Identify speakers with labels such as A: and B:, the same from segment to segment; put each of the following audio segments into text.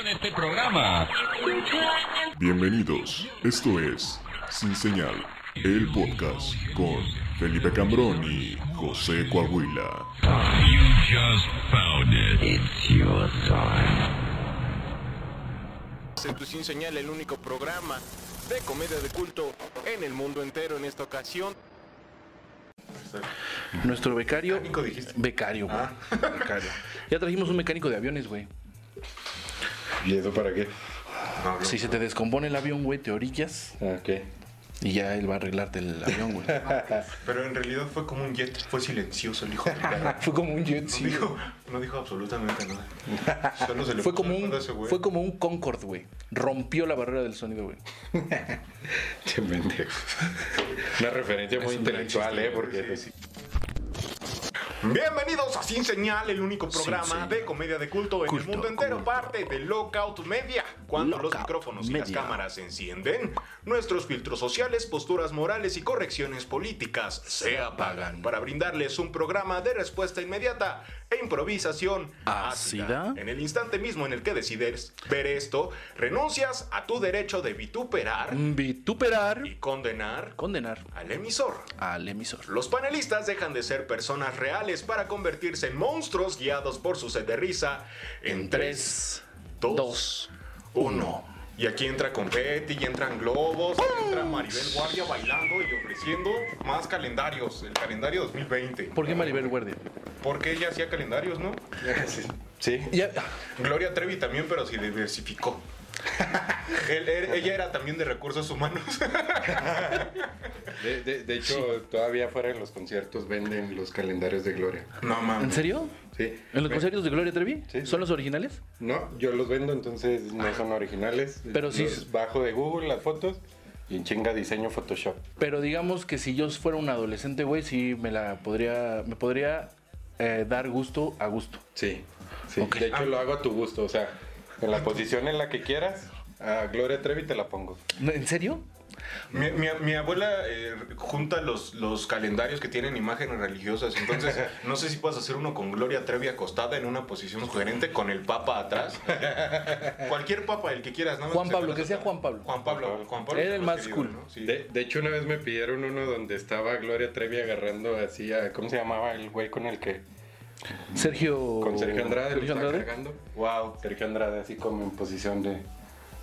A: en este programa.
B: Bienvenidos, esto es Sin Señal, el podcast con Felipe Cambrón y José Coahuila.
C: You just found it. It's your time.
D: En tu Sin Señal, el único programa de comedia de culto en el mundo entero en esta ocasión.
E: Nuestro becario. Becario, güey. Becario. Ya trajimos un mecánico de aviones, güey.
F: ¿Y eso para qué?
E: Si se te descompone el avión, güey, te orillas
F: Ah, ok.
E: y ya él va a arreglarte el avión, güey.
G: Pero en realidad fue como un jet, fue silencioso el hijo de la-
E: Fue como un jet,
G: No
E: sí.
G: dijo, no dijo absolutamente nada. Solo se le
E: Fue
G: puso
E: como
G: la
E: un,
G: espalda a ese güey.
E: fue como un Concord, güey. Rompió la barrera del sonido, güey.
F: Qué pendejo. Una referencia muy intelectual, ¿eh? Porque
G: Bienvenidos a Sin Señal, el único programa
E: Señal.
G: de comedia de culto en
E: Culto,
G: el mundo entero,
E: culto.
G: parte de Lockout Media. Cuando
E: Lockout
G: los micrófonos y las
E: Media.
G: cámaras se encienden, nuestros filtros sociales, posturas morales y correcciones políticas se apagan para brindarles un programa de respuesta inmediata e improvisación ácida.
E: ¿Ácida?
G: En el instante mismo en el que decides ver esto, renuncias a tu derecho de vituperar
E: Mm. Vituperar.
G: y condenar
E: Condenar
G: al emisor.
E: al emisor.
G: Los panelistas dejan de ser personas reales para convertirse en monstruos guiados por su sed de risa en 3,
E: Tres,
G: 2, 1. Y aquí entra confeti, y entran globos, y entra Maribel Guardia bailando y ofreciendo más calendarios, el calendario 2020.
E: ¿Por qué Maribel Guardia?
G: Porque ella hacía calendarios, ¿no?
F: Sí.
E: Ya-
G: Gloria Trevi también, pero se diversificó. Él- él- ella era también de recursos humanos.
F: De, de- de hecho, todavía fuera de los conciertos venden los calendarios de Gloria.
G: No
E: ¿En
G: mames.
E: serio?
F: Sí.
E: ¿En los conciertos de Gloria Trevi?
F: Sí.
E: ¿Son los originales?
F: No, yo los vendo, entonces no son originales.
E: Ah. Pero sí-
F: Los bajo de Google las fotos y en chinga diseño Photoshop.
E: Pero digamos que si yo fuera un adolescente, güey, sí me la podría, me podría eh, dar gusto a gusto.
F: Sí. sí.
E: Ok. Ah,
F: De hecho, lo hago a tu gusto. O sea, en la posición en la que quieras, a Gloria Trevi te la pongo.
E: ¿En serio?
G: Mi, mi- mi abuela eh, junta los, los calendarios que tienen imágenes religiosas, entonces no sé si puedas hacer uno con Gloria Trevi acostada en una posición sugerente con el Papa atrás. Cualquier Papa, el que quieras. nada más
E: Juan
G: se
E: Pablo, que sea
G: conozca.
E: Juan Pablo.
G: Juan Pablo, Juan Pablo.
E: Era
G: es
E: el más
G: querido,
E: cool.
G: ¿no? Sí.
F: De, de hecho, una vez me pidieron uno donde estaba Gloria Trevi agarrando así a. ¿Cómo se llamaba el güey con el que.?
E: Sergio.
F: Con Sergio Andrade. lo
E: Sergio
F: estaba
E: Andrade.
F: cargando.
G: Wow.
F: Sergio Andrade, así como en posición de.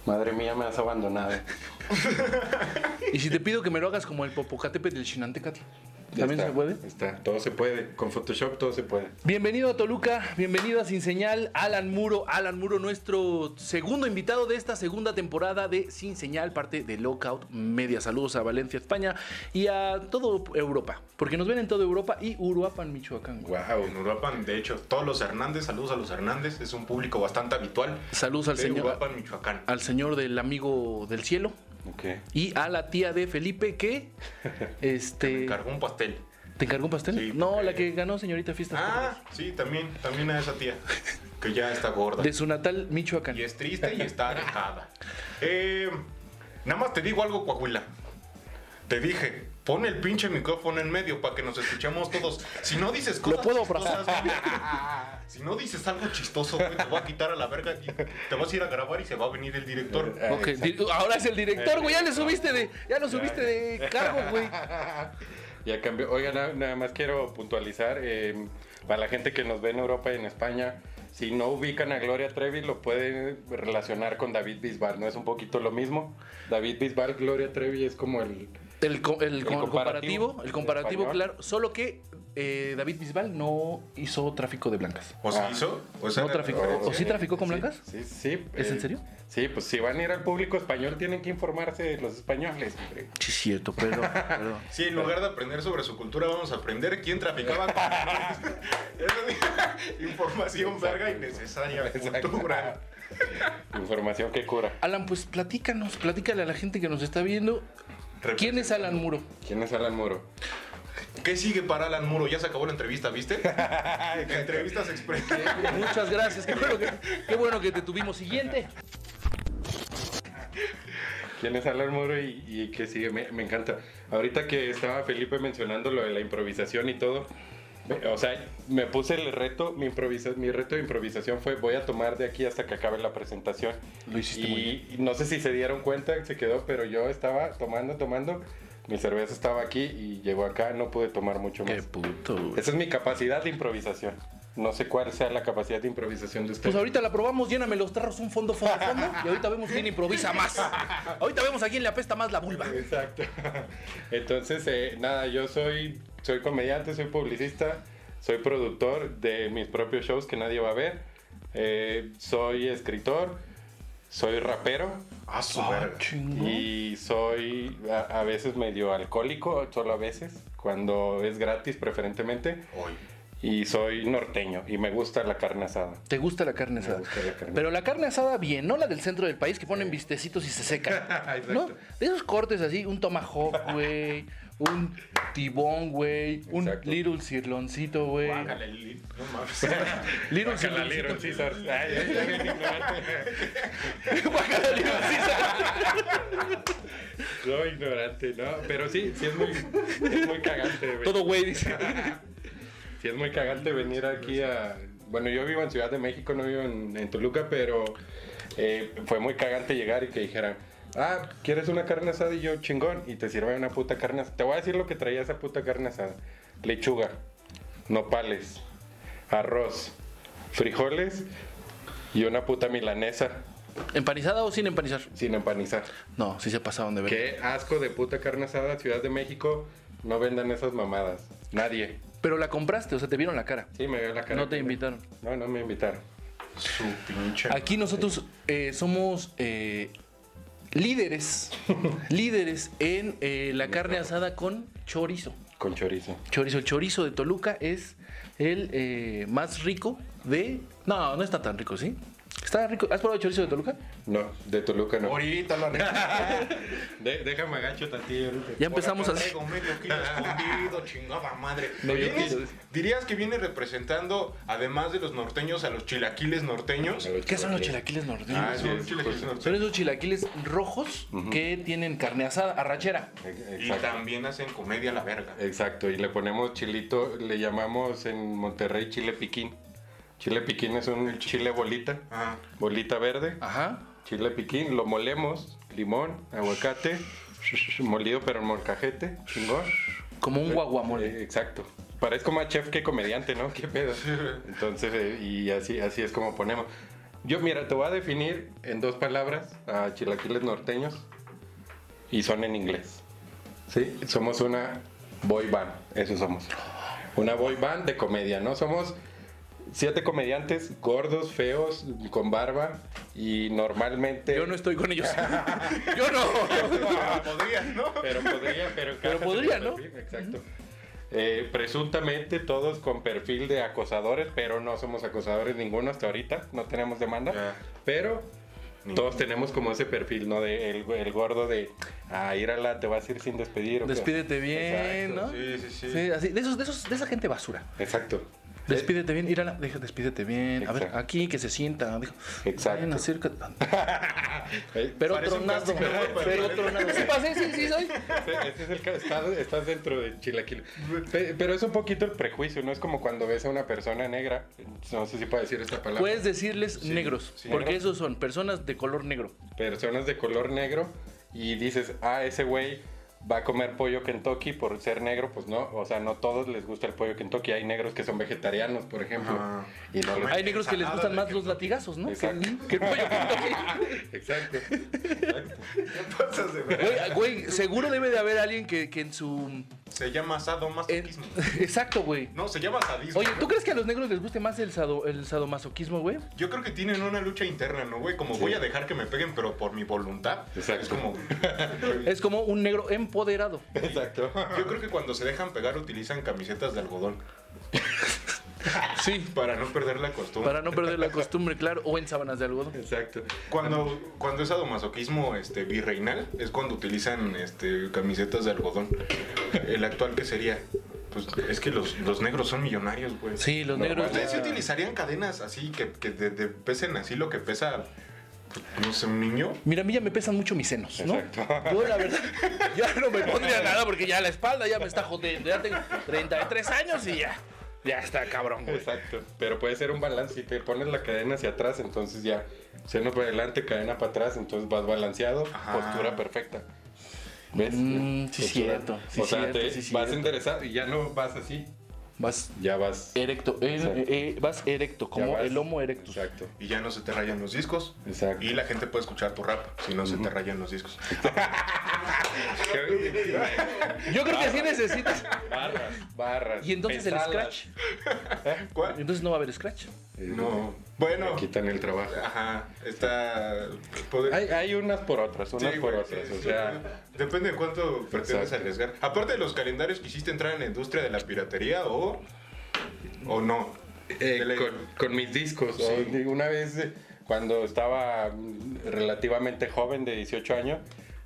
F: Madre mía, me has abandonado.
E: Y si te pido que me lo hagas como el Popocatépetl del Chinantecatl,
F: Ya
E: ¿también
F: está,
E: se puede?
F: Está, todo se puede. Con Photoshop todo se puede.
E: Bienvenido a Toluca, bienvenido a Sin Señal, Alan Muro, Alan Muro, nuestro segundo invitado de esta segunda temporada de Sin Señal, parte de Lockout Media. Saludos a Valencia, España y a toda Europa, porque nos ven en toda Europa y Uruapan, Michoacán. güey.
F: ¡Wow!
G: En Uruapan, de hecho, todos los Hernández, saludos a los Hernández, es un público bastante habitual.
E: Saludos al
G: de
E: señor, Ah,
G: Uruapan, Michoacán.
E: al señor del amigo del cielo
F: Ok.
E: y a la tía de Felipe que, este,
G: Cargó un pastel.
E: te encargó un pastel.
G: Sí,
E: no,
G: porque-
E: la que ganó señorita fiesta.
G: Ah, sí, también, también a esa tía, que ya está gorda.
E: de su natal Michoacán.
G: Y es triste y está alejada. Eh, nada más te digo algo, Coahuila. Te dije, pon el pinche micrófono en medio para que nos escuchemos todos. Si no dices cosas
E: Lo puedo
G: chistosas, güey, si no dices algo chistoso, güey, te voy a quitar a la verga y te vas a ir a grabar y se va a venir el director.
E: Ok, di- ahora es el director, güey. Ya le subiste de, ya lo subiste de cargo, güey.
F: Ya cambió. Oiga, na- nada más quiero puntualizar. eh, para la gente que nos ve en Europa y en España, si no ubican a Gloria Trevi, lo pueden relacionar con David Bisbal. ¿No es un poquito lo mismo? David Bisbal, Gloria Trevi es como el.
E: El, co- el, co-
F: comparativo.
E: comparativo, el comparativo,
F: Español.
E: claro. Solo que eh, David Bisbal no hizo tráfico de blancas.
G: ¿O se hizo? ¿O sea,
E: No traficó.
G: o-
E: ¿O sí traficó con blancas?
F: Sí, sí.
E: ¿Es en serio?
F: Sí, pues si van a ir al público español, tienen que informarse de los españoles. hombre.
E: Sí, cierto, pero.
G: Sí, en lugar de aprender sobre su cultura, vamos a aprender quién traficaba con Esa es información verga innecesaria. Cultura.
F: Información que cura.
E: Alan, pues platícanos, platícale a la gente que nos está viendo. ¿Quién es Alan Muro?
F: ¿Quién es Alan Muro?
G: ¿Qué sigue para Alan Muro? Ya se acabó la entrevista, ¿viste? Entrevistas express.
E: Muchas gracias, qué bueno que, qué bueno que te tuvimos. Siguiente.
F: ¿Quién es Alan Muro y, y qué sigue? Me, me encanta. Ahorita que estaba Felipe mencionando lo de la improvisación y todo, Me- O sea, me puse el reto, mi, improvisa- mi reto de improvisación fue voy a tomar de aquí hasta que acabe la presentación.
E: Lo hiciste
F: y,
E: muy
F: y no sé si se dieron cuenta, se quedó, pero yo estaba tomando, tomando, mi cerveza estaba aquí y llegó acá, no pude tomar mucho
E: Qué
F: más.
E: puto, güey.
F: Esa es mi capacidad de improvisación. No sé cuál sea la capacidad de improvisación de ustedes.
E: Pues ahorita la probamos, lléname los tarros un fondo, fondo, fondo. Y ahorita vemos quién improvisa más. Ahorita vemos a quién le apesta más la vulva.
F: Exacto. Entonces, eh, nada, yo soy, soy comediante, soy publicista, soy productor de mis propios shows que nadie va a ver, eh, soy escritor, soy rapero
G: Ah, su verga.
F: y soy a, a veces medio alcohólico, solo a veces, cuando es gratis preferentemente,
G: Oye,
F: y soy norteño y me gusta la carne asada.
E: ¿Te gusta la carne asada?
F: gusta la carne.
E: Pero la carne asada bien, no la del centro del país que ponen vistecitos y se seca. ¿No? De esos cortes así, un tomahawk, güey, un tibón, güey, un
F: Exacto.
E: little cirloncito, güey.
G: guácala, Lili. No mames.
E: Little
F: Guácala, Little
E: cirloncito.
F: Caesars. Ay, ay, ay, bien ignorante.
E: Guácala, little Caesar.
F: No, ignorante, no. Pero sí, sí es muy, es muy cagante, güey.
E: Todo güey, dice.
F: Sí, es muy cagante venir aquí a... Bueno, yo vivo en Ciudad de México, no vivo en, en Toluca, pero eh, fue muy cagante llegar y que dijeran, ah, ¿quieres una carne asada? Y yo, chingón, y te sirve una puta carne asada. Te voy a decir lo que traía esa puta carne asada. Lechuga, nopales, arroz, frijoles y una puta milanesa
E: ¿Empanizada o sin empanizar?
F: sin empanizar.
E: No, sí se pasaron de ver.
F: Qué asco de puta carne asada, Ciudad de México, no vendan esas mamadas. Nadie.
E: Pero la compraste, o sea, te vieron la cara.
F: Sí, me veo la cara.
E: No te invitaron.
F: No, no me invitaron.
G: Su pinche.
E: Aquí nosotros eh, somos eh, líderes, líderes en eh, la carne asada con chorizo.
F: Con chorizo.
E: Chorizo, el chorizo de Toluca es el eh, más rico de... No, no está tan rico, ¿sí? Está rico. ¿Has probado el chorizo de Toluca?
F: No, de Toluca no.
G: Ahorita lo
F: De- déjame agacho tantillo ahorita.
E: Ya empezamos a...
G: Traigo medio kilo escondido, chingada madre.
E: No, yo
G: ¿Dirías,
E: quiero-
G: dirías que viene representando, además de los norteños, a los chilaquiles norteños?
E: ¿Qué son los chilaquiles norteños?
G: Ah,
F: sí,
G: son
F: es
G: chilaquiles
F: justo.
E: Son
G: norteños.
E: esos chilaquiles rojos que tienen carne asada, arrachera.
G: Y
F: E-, Exacto.
G: también hacen comedia a la verga.
F: Exacto, y le ponemos chilito, le llamamos en Monterrey chile piquín. Chile piquín es un chile bolita,
G: Ah,
F: bolita verde.
E: Ah. Ajá.
F: Chile piquín, lo molemos, limón, aguacate, molido pero en molcajete, chingón.
E: Como un guaguamole.
F: Eh, exacto. Parezco más chef que comediante, ¿no? ¿Qué pedo? Entonces, eh, y así, así es como ponemos. Yo, mira, te voy a definir en dos palabras a chilaquiles norteños y son en inglés. ¿Sí? Somos una boy band, eso somos. Una boy band de comedia, ¿no? Somos siete comediantes gordos, feos, con barba y normalmente...
E: Yo no estoy con ellos. Yo no.
G: Ah, podrías, ¿no?
F: Pero podría, pero,
E: Pero
F: encajas
E: podría,
F: en el
E: ¿no?
F: perfil, exacto. Eh, presuntamente todos con perfil de acosadores, pero no somos acosadores ninguno hasta ahorita, no tenemos demanda.
G: Ya.
F: Pero todos tenemos como ese perfil, ¿no? De el, el gordo de, ah, ir a la, te vas a ir sin despedir. ¿o qué?"
E: Despídete bien, ¿no?
F: Exacto,
G: Sí, sí, sí.
E: Sí, así, de, esos, de, esos, de esa gente basura.
F: Exacto.
E: Despídete bien, ir a la- deja- despídete bien. A ver,
F: Exacto.
E: aquí que se sienta. dijo,
F: Exacto.
E: Ven, acércate.
F: Eh,
E: Pero
G: Parece un
E: tronado,
G: casting, ¿no?
E: pero tronado. ¿Sí pasé? Sí, sí, soy.
F: Este este es el ca- estás, estás dentro de Chilaquil. Pe- Pero es un poquito el prejuicio, ¿no? Es como cuando ves a una persona negra. No sé si puedo decir esta palabra.
E: Puedes decirles negros,
G: sí.
E: porque esos son personas de color negro.
F: personas de color negro y dices, ah, ese güey va a comer pollo Kentucky por ser negro, pues no, o sea, no todos les gusta el pollo Kentucky, hay negros que son vegetarianos, por ejemplo,
G: Ajá.
F: y no los-
E: Hay negros que les
G: ensalada
E: gustan
G: de
E: más los latigazos, ¿no? Que-
F: Exacto.
E: que el pollo Kentucky.
F: Exacto.
G: ¿Qué pasas de verga?
E: Güey, güey, seguro debe de haber alguien que, que en su.
G: Se llama
E: en-
G: sadomasoquismo.
E: exacto, güey.
G: No, se llama sadismo.
E: Oye, ¿tú crees que a los negros les guste más el, sado, el sadomasoquismo, güey?
G: Yo creo que tienen una lucha interna, ¿no, güey? Como voy a dejar que me peguen, pero por mi voluntad.
F: Exacto.
G: Es como...
E: Es como un negro empoderado.
F: Exacto.
G: Yo creo que cuando se dejan pegar utilizan camisetas de algodón
E: Sí.
G: para no perder la costumbre.
E: Para no perder la costumbre, claro, o en sábanas de algodón.
F: Exacto.
G: Cuando, cuando es sadomasoquismo este, virreinal, es cuando utilizan este, camisetas de algodón. El actual que sería. Pues es que los, los negros son millonarios, güey.
E: Sí, los
F: No,
E: negros.
G: ¿Ustedes sí utilizarían cadenas así que, que de- de- pesen así lo que pesa, pues, no sé, un niño?
E: Mira, a mí ya me pesan mucho mis senos, ¿no?
F: Exacto.
E: Yo, la verdad, ya no me pondría nada porque ya la espalda ya me está jodiendo. Ya tengo 33 años y ya. Ya está, cabrón, güey.
F: Exacto. Pero puede ser un balance. Si te pones la cadena hacia atrás, entonces ya. Seno para adelante, cadena para atrás, entonces vas balanceado.
G: Ajá.
F: Postura perfecta. ¿Ves?
E: Mm, sí,
F: Postura.
E: cierto, sí,
F: o sea,
E: cierto,
F: te
E: sí,
F: vas
E: cierto.
F: enderezado y ya no vas así.
E: Vas
F: Ya vas.
E: erecto, eh,
F: Exacto.
E: eh, vas erecto,
F: ya
E: como
F: vas-
E: el homo erectus.
F: Exacto.
G: Y ya no se te rayan los discos.
F: Exacto.
G: Y la gente puede escuchar tu rap si no se te rayan los discos.
E: Yo creo que así necesitas.
F: Barras, barras.
E: Y entonces el
F: pesadas.
E: scratch.
F: Eh,
G: ¿Cuál?
E: Entonces no va a haber scratch.
G: No. Bueno.
F: Quitan el trabajo.
G: Ajá. Está. poder-
F: Hay, hay unas por otras, unas
G: Sí,
F: por
G: güey,
F: otras.
G: sí,
F: O
G: sí.
F: sea,
G: depende de cuánto pretendes
F: Exacto.
G: arriesgar. Aparte de los calendarios, ¿quisiste entrar en la industria de la piratería o, o no?
F: eh,
G: De la-
F: con, con mis discos. o-
G: Sí.
F: una vez, eh, cuando estaba mm, relativamente joven, de 18 años,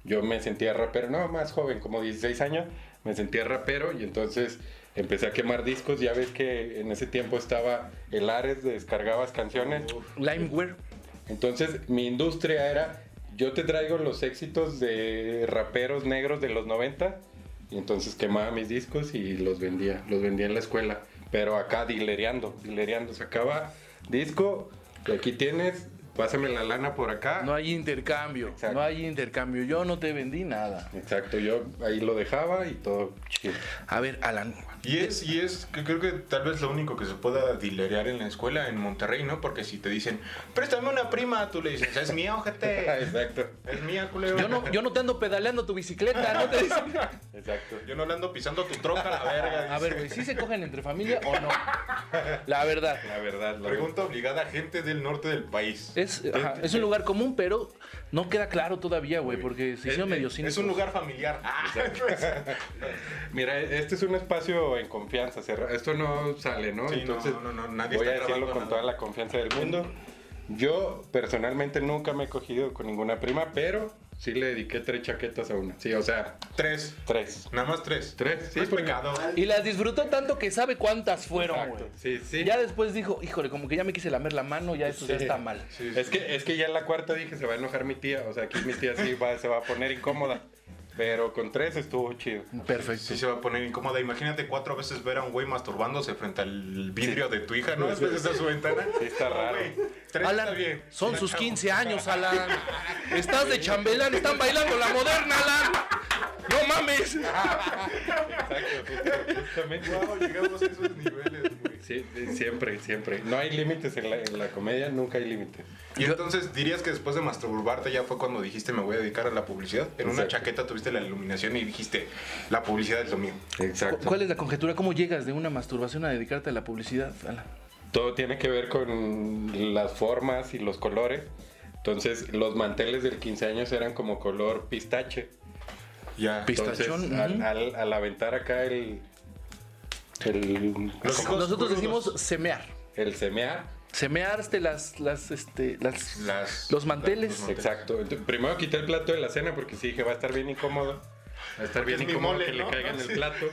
F: yo me sentía rapero, no más joven, como 16 años, me sentía rapero y entonces empecé a quemar discos. Ya ves que en ese tiempo estaba el Ares, descargabas canciones.
E: Limeware.
F: Entonces, mi industria era, yo te traigo los éxitos de raperos negros de los 90 y entonces quemaba mis discos y los vendía, los vendía en la escuela, pero acá dilereando, dilereando, sacaba disco, y aquí tienes, pásame la lana por acá.
E: No hay intercambio.
F: Exacto.
E: No hay intercambio. Yo no te vendí nada.
F: Exacto, yo ahí lo dejaba y todo chido.
E: A ver, Alan.
G: Y es, y es que creo que tal vez lo único que se pueda dilerear en la escuela en Monterrey, ¿no? Porque si te dicen, préstame una prima, tú le dices, es mía, ojete.
F: Exacto,
G: Es mía, culero.
E: Yo no, yo no te ando pedaleando tu bicicleta, no te dicen-
F: exacto.
G: Yo no le ando pisando tu troca, la verga.
E: A ver, güey, ¿sí se cogen entre familia o no? La verdad.
F: La verdad, la verdad.
G: Pregunta obligada a gente del norte del país.
E: Es, ajá, es un lugar común, pero no queda claro todavía, güey, porque se hicieron medio
G: Es
E: cínicos.
G: un lugar familiar. Ah,
F: Mira, este es un espacio en confianza, cerra- esto no sale, ¿no?
G: Sí, no, no, no, nadie
F: voy
G: está
F: a decirlo
G: grabando
F: con
G: nada.
F: toda la confianza del mundo. Yo personalmente nunca me he cogido con ninguna prima, pero sí le dediqué tres chaquetas a una. Sí, o sea,
G: tres.
F: tres.
G: Nada más tres.
F: Tres, sí,
G: No es
F: porque-
G: pecado.
E: Y las disfrutó tanto que sabe cuántas fueron,
F: Exacto,
E: güey.
F: sí, sí.
E: Ya después dijo, híjole, como que ya me quise lamer la mano, ya esto ya
F: Sí.
E: está mal.
G: Sí, sí.
F: Es que, es que ya en la cuarta dije, se va a enojar mi tía. O sea, aquí mi tía sí va, se va a poner incómoda. Pero con tres estuvo chido.
E: Perfecto.
G: Sí se va a poner incómoda. Imagínate cuatro veces ver a un güey masturbándose frente al vidrio de tu hija, ¿no? Después de su ventana.
F: Sí, está
G: No,
F: raro.
G: güey. Tres
E: Alan,
G: está bien.
E: son sus 15 años, Alan. Estás de chambelán, están bailando la moderna, Alan. No mames.
F: Exacto, justo- justamente.
G: Wow, llegamos a esos niveles, güey.
F: Sí, sí, siempre, siempre. No hay límites en la, en la comedia, nunca hay límites.
G: Y entonces dirías que después de masturbarte ya fue cuando dijiste me voy a dedicar a la publicidad. En una
F: Exacto.
G: chaqueta tuviste la iluminación y dijiste la publicidad es lo mío.
E: ¿Cu-
F: Exacto.
E: ¿Cuál es la conjetura? ¿Cómo llegas de una masturbación a dedicarte a la publicidad, Alan?
F: Todo tiene que ver con las formas y los colores. Entonces, los manteles del 15 años eran como color pistache.
G: Ya.
E: Pis-
F: Entonces,
E: Pistachón,
F: al,
E: ujú.
F: al- al aventar acá el, el,
G: Los hijos
E: Nosotros
G: crudos,
E: decimos semear.
F: el semear,
E: Semeaste las, las, este, las,
G: Las-
E: los manteles.
G: los
F: exacto. Entonces, primero quité el plato de la cena porque sí dije, va a estar bien incómodo. Va a estar
G: Porque
F: bien
G: es mi
F: incómodo
G: mole,
F: que
G: ¿no?
F: le caiga en
G: Sí.
F: el plato.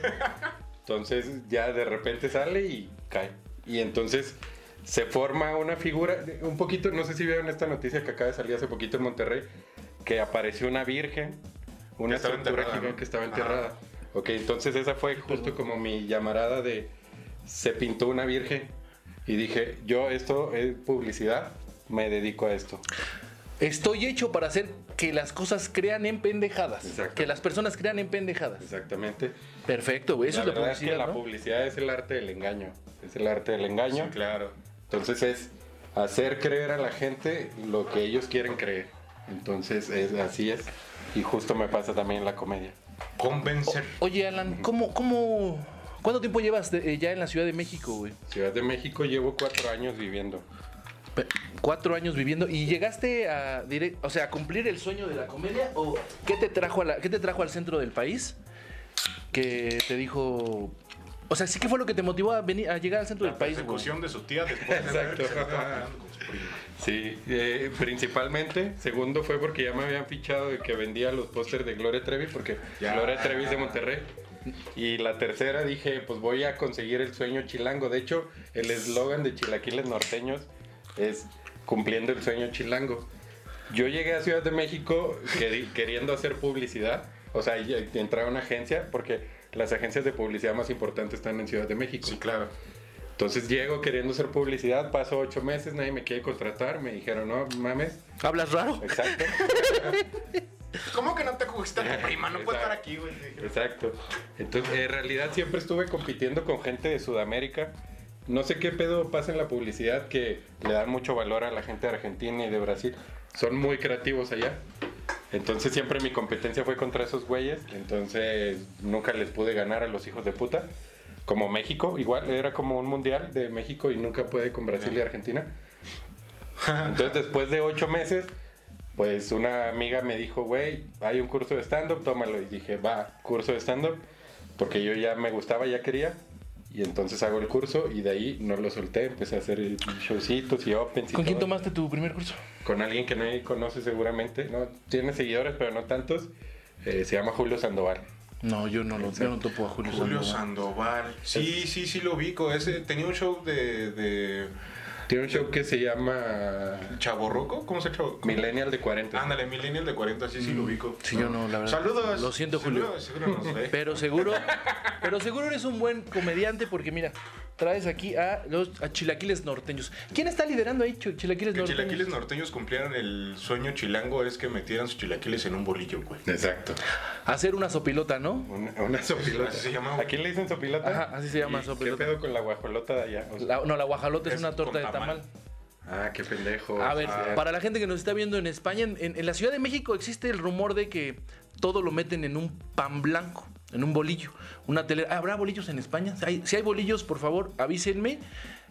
F: Entonces, ya de repente sale y cae. Y entonces se forma una figura, de- un poquito, no sé si vieron esta noticia que acaba de salir hace poquito en Monterrey, que apareció una virgen,
G: Que
F: una
G: estaba
F: estructura
G: enterrada,
F: gigante
G: ¿no?
F: que estaba
G: Ajá.
F: enterrada. Ok, entonces esa fue justo como mi llamarada de se pintó una virgen y dije, yo esto es publicidad, me dedico a esto.
E: Estoy hecho para hacer que las cosas crean en pendejadas.
F: Exacto.
E: Que las personas crean en pendejadas.
F: Exactamente.
E: Perfecto, güey. Eso
F: la
E: es la
F: verdad
E: publicidad.
F: es que la
E: ¿no?
F: publicidad es el arte del engaño, es el arte del engaño.
G: Sí, claro.
F: Entonces es hacer creer a la gente lo que ellos quieren creer. Entonces es, así es. Y justo me pasa también en la comedia.
G: Convencer.
E: Oye, Alan, ¿cómo, cómo, ¿cuánto tiempo llevas de- eh, ya en la Ciudad de México, güey?
F: Ciudad de México llevo cuatro años viviendo.
E: Pe- Cuatro años viviendo y llegaste a, direct- o sea, a cumplir el sueño de la comedia o qué te trajo a la- qué te trajo al centro del país que te dijo, o sea, sí que fue lo que te motivó a venir a llegar al centro
G: La
E: del país, güey.
G: persecución de su tía después de ver que se la estaba pegando con su prima.
F: Sí, eh, principalmente. Segundo fue porque ya me habían fichado de que vendía los pósters de Gloria Trevi, porque
G: Ya.
F: Gloria Trevi es de Monterrey. Y la tercera dije, pues voy a conseguir el sueño chilango. De hecho, el eslogan de Chilaquiles Norteños es cumpliendo el sueño chilango. Yo llegué a Ciudad de México queri- queriendo hacer publicidad. O sea, ya entrar a una agencia, porque las agencias de publicidad más importantes están en Ciudad de México.
G: Sí, claro.
F: Entonces llego queriendo hacer publicidad, paso ocho meses, nadie me quiere contratar, me dijeron, no mames,
E: ¿Hablas raro?
F: exacto,
G: ¿Cómo que no te cogiste a tu prima? No puedo
F: Exacto.
G: estar aquí, güey.
F: exacto. Entonces, en realidad siempre estuve compitiendo con gente de Sudamérica. No sé qué pedo pasa en la publicidad que le dan mucho valor a la gente de Argentina y de Brasil. Son muy creativos allá. Entonces siempre mi competencia fue contra esos güeyes. Entonces nunca les pude ganar a los hijos de puta. Como México, igual era como un mundial de México y nunca pude con Brasil y Argentina. Entonces después de ocho meses, pues una amiga me dijo, güey, hay un curso de stand-up, tómalo. Y dije, va, curso de stand-up, porque yo ya me gustaba, ya quería. Y entonces hago el curso y de ahí no lo solté, empecé a hacer showcitos y opens y
E: ¿Con quién
F: todo.
E: tomaste tu primer curso?
F: Con alguien que nadie conoce seguramente, no tiene seguidores, pero no tantos. Eh, se llama Julio Sandoval.
E: No, yo no lo yo no topo a Julio,
G: Julio
E: Sandoval.
G: Sandoval. Sí, sí, sí lo ubico. Ese, tenía un show de, de
F: Tiene un show que se llama
G: Chaborroco. ¿Cómo se llama?
F: Millennial de 40.
G: Ándale, Millennial de 40, sí, sí lo ubico.
E: Sí, yo no, la verdad.
G: Saludos.
E: Lo siento,
G: Seguro,
E: Julio.
G: seguro nos ve.
E: Pero seguro, pero seguro eres un buen comediante porque mira, traes aquí a los a chilaquiles norteños. ¿Quién está liderando ahí Ch- chilaquiles
G: Que
E: norteños?
G: chilaquiles norteños cumplieron el sueño chilango es que metieran sus chilaquiles en un bolillo, güey.
F: Exacto.
E: Hacer una sopilota, ¿no?
F: Una, una sopilota.
G: Así se llama.
F: Aquí le dicen sopilota.
E: Ajá, así se llama,
F: ¿Y
E: sopilota.
F: ¿Qué pedo con la guajolota de allá? O sea,
E: La- no, la guajalota es,
G: Es
E: una torta
G: con
E: de
G: tamal.
E: tamal.
F: Ah, qué pendejo.
E: A ver,
F: Ah,
E: para la gente que nos está viendo en España, en, en- en la Ciudad de México existe el rumor de que todo lo meten en un pan blanco, en un bolillo, una telera. ¿Habrá bolillos en España? Si hay, si hay bolillos, por favor, avísenme.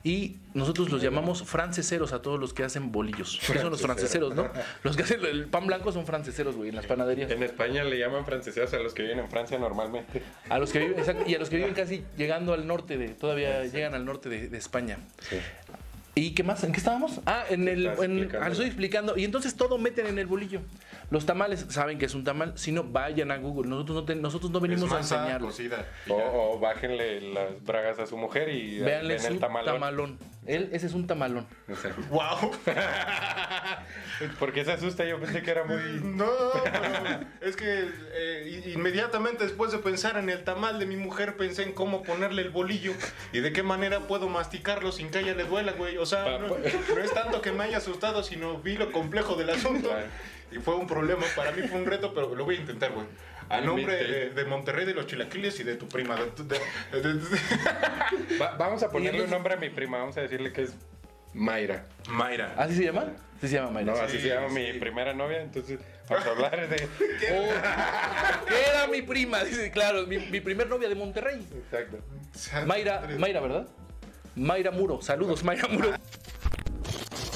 E: Y nosotros los llamamos franceseros a todos los que hacen bolillos. Porque son los franceseros, ¿no? Los que hacen el pan blanco son franceseros, güey, en las panaderías.
F: En España le llaman franceseos a los que viven en Francia normalmente.
E: A los que viven, exacto, y a los que viven casi llegando al norte de, todavía llegan al norte de, de España. ¿Y qué más? ¿En qué estábamos? Ah, en el.
F: Estás
E: en-
F: explicando.
E: ah, lo estoy explicando. Y entonces todo meten en el bolillo. Los tamales saben que es un tamal, si no, vayan a Google. Nosotros no, te- nosotros no venimos
G: es
E: a
G: masa
F: pues,
E: enseñarlos.
G: cocida.
F: O, o bájenle las bragas a su mujer y
E: Véanle
F: ven
E: su
F: el tamalón.
E: tamalón. Él, ese es un tamalón.
F: Exacto.
G: ¡Wow!
F: ¿Por qué se asusta? Yo pensé que era muy...
G: No, pero es que eh, inmediatamente después de pensar en el tamal de mi mujer, pensé en cómo ponerle el bolillo y de qué manera puedo masticarlo sin que a ella le duela, güey. O sea,
E: Ah,
F: Pa-
G: no,
F: pa-
E: pues.
G: no es tanto que me haya asustado, sino vi lo complejo del asunto.
F: Claro.
G: Y fue un problema, para mí fue un reto, pero lo voy a intentar, güey. A
F: El
G: nombre
F: mixtape.
G: de, de Monterrey, de los chilaquiles y de tu prima. de- de- de- de-
F: Va- vamos a ponerle
E: entonces-
F: un nombre a mi prima. Vamos a decirle que es Mayra.
G: Mayra.
E: ¿Así se llama? Sí se llama Mayra.
F: No, así se llama mi primera novia. Entonces vamos a hablar de...
E: Oh, era mi prima, dice, claro, mi, mi primer novia de Monterrey.
F: Exacto.
E: Mayra, Mayra, ¿verdad? Mayra Muro, saludos, Mayra Muro.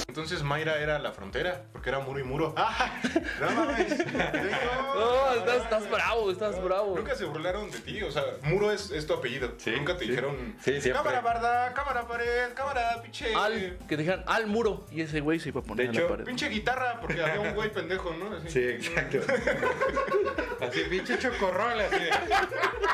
G: Entonces Mayra era la frontera, porque era muro y muro. ¡Ah! ¡No mames!
E: No,
G: No,
E: estás, estás
G: mames.
E: bravo, estás bravo.
G: Nunca se burlaron de ti, o sea, muro es, es tu apellido.
F: Sí,
G: Nunca te
F: sí.
G: dijeron
F: Sí, siempre.
G: cámara barda, cámara pared, cámara pinche,
E: Al, que dijeran al muro y ese güey se iba a poner en
F: De hecho,
E: la pared.
G: pinche guitarra, porque había un güey pendejo, ¿no? Así.
F: Sí, exacto. Así, pinche chocorrol, así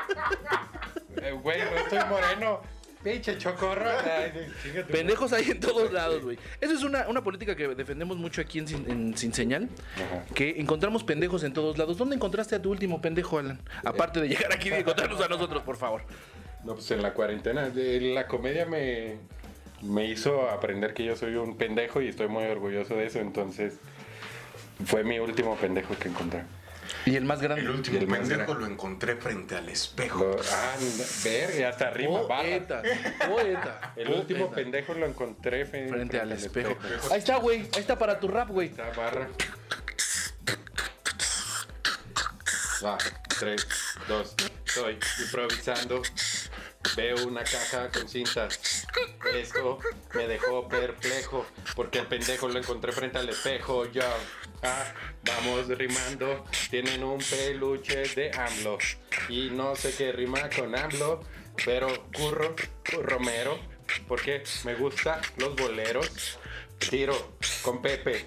F: de- Eh, Güey, no estoy moreno. Pinche chocorrol. Ay, sí, chinga tu madre.
E: Pendejos hay en todos lados, güey. Eso es una, una política que defendemos mucho aquí en Sin, en Sin Señal.
F: Ajá.
E: Que encontramos pendejos en todos lados. ¿Dónde encontraste a tu último pendejo, Alan? Aparte de llegar aquí y encontrarnos a nosotros, por favor.
F: No, pues en la cuarentena. de- La comedia me, me hizo aprender que yo soy un pendejo y estoy muy orgulloso de eso. Entonces, fue mi último pendejo que encontré.
E: Y el más grande.
G: El último
F: Y el más
G: pendejo
F: grande.
G: lo encontré frente al espejo.
F: Lo- ah, ver, y hasta arriba.
E: Poeta, poeta.
F: El último
E: poeta.
F: pendejo lo encontré fe-
E: Frente, al espejo. Ahí está, güey. Ahí está para tu rap, güey.
F: Esta barra. Va, 3, 2, estoy improvisando. Veo una caja con cintas. Esto me dejó perplejo porque el pendejo lo encontré frente al espejo. Ya, ah, vamos rimando. Tienen un peluche de AMLO y no sé qué rima con AMLO, pero curro, romero, porque me gustan los boleros. Tiro con Pepe,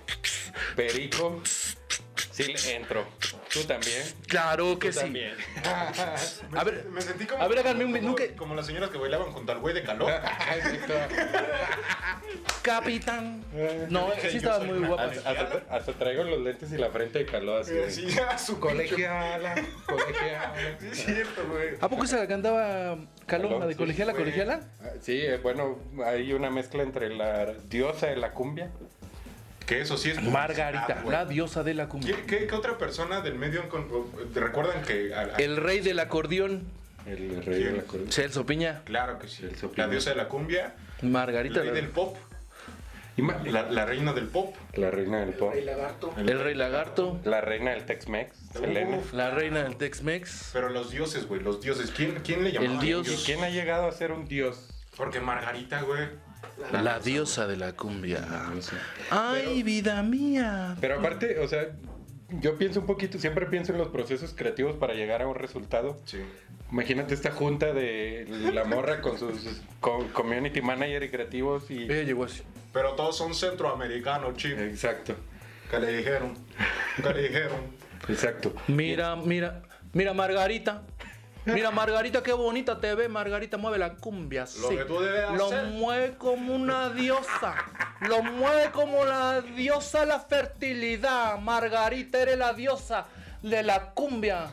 F: Perico, sí le entro. Tú también.
E: Claro que
F: Tú
E: sí.
F: también.
G: Me-
E: A ver,
G: me sentí como.
E: a ver, háganme un
G: como-
E: menú que-
G: Como las señoras que bailaban junto al güey de calor.
F: Ay, Víctor.
E: Capitán.
G: Eh,
E: No, sí estaba muy guapa.
F: Hasta, hasta- hasta traigo los lentes y la frente de calor así. güey.
G: Sí, ya, su
F: Colegiala, colegiala.
G: Sí, es cierto, güey.
E: ¿A poco se la cantaba Calón, la de
F: Sí,
E: colegiala,
G: güey.
E: colegiala?
F: Ah, Sí, eh, bueno, hay una mezcla entre la diosa de la cumbia.
G: Que eso sí es.
E: Margarita,
G: publicidad,
E: la diosa de la cumbia.
G: güey. ¿Qué, qué, qué otra persona del medio con- te recuerdan que a- a-
E: El rey del acordeón,
F: El rey de la
G: ¿Quién?
F: cumbia.
E: Celso Piña.
G: claro que sí
F: El sopino.
G: la diosa de la cumbia el
E: Margarita,
G: rey del pop
F: Y ma- La,
G: la, la reina del pop
F: la reina del pop.
E: el rey lagarto,
F: La reina del Tex-Mex, Selena.
G: Uf,
E: la reina del Tex-Mex,
G: pero los dioses güey los dioses quién, quién le llamaba
E: El dios.
F: ¿Y quién ha llegado a ser un dios?
G: porque Margarita güey
E: la diosa de la cumbia.
G: Ah,
E: Ay, vida mía.
F: Pero aparte, o sea, yo pienso un poquito, siempre pienso en los procesos creativos para llegar a un resultado.
G: sí
F: Imagínate esta junta de la morra con sus co- community manager y creativos y...
E: Ella llegó así.
G: pero todos son centroamericanos
F: Eh.
G: chip
F: Exacto,
G: que le dijeron que le dijeron
F: exacto.
E: Mira, mira, mira Margarita. Mira Margarita, qué bonita te ve. Margarita mueve la cumbia.
G: Lo
E: sí.
G: que tú debes
E: Lo
G: hacer.
E: mueve como una diosa. Lo mueve como la diosa de la fertilidad. Margarita, eres la diosa de la cumbia.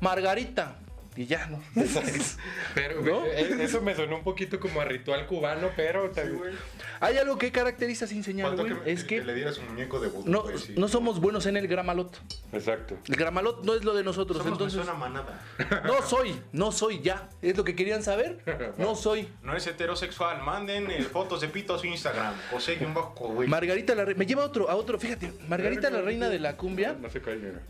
E: Margarita. Y ya, ¿no?
F: Pero
E: ¿No?
F: eh, eso me sonó un poquito como a ritual cubano, pero
G: Sí,
F: también...
G: güey.
E: Hay algo que caracteriza sin señal,
G: Faltó
E: güey.
G: que,
E: Es
G: le
E: que
G: dieras un muñeco de vudú,
E: no,
G: güey, sí.
E: no somos buenos en el gramalot.
F: Exacto.
E: El gramalot no es lo de nosotros.
G: somos
E: entonces,
G: una manada
E: no soy, no soy ya. ¿Es lo que querían saber? No soy.
G: no es heterosexual manden eh, fotos de pito a su Instagram José y un bajo güey
E: Margarita la reina. Me lleva a otro, a otro. Fíjate, Margarita la reina de la cumbia.
F: No sé cuál era.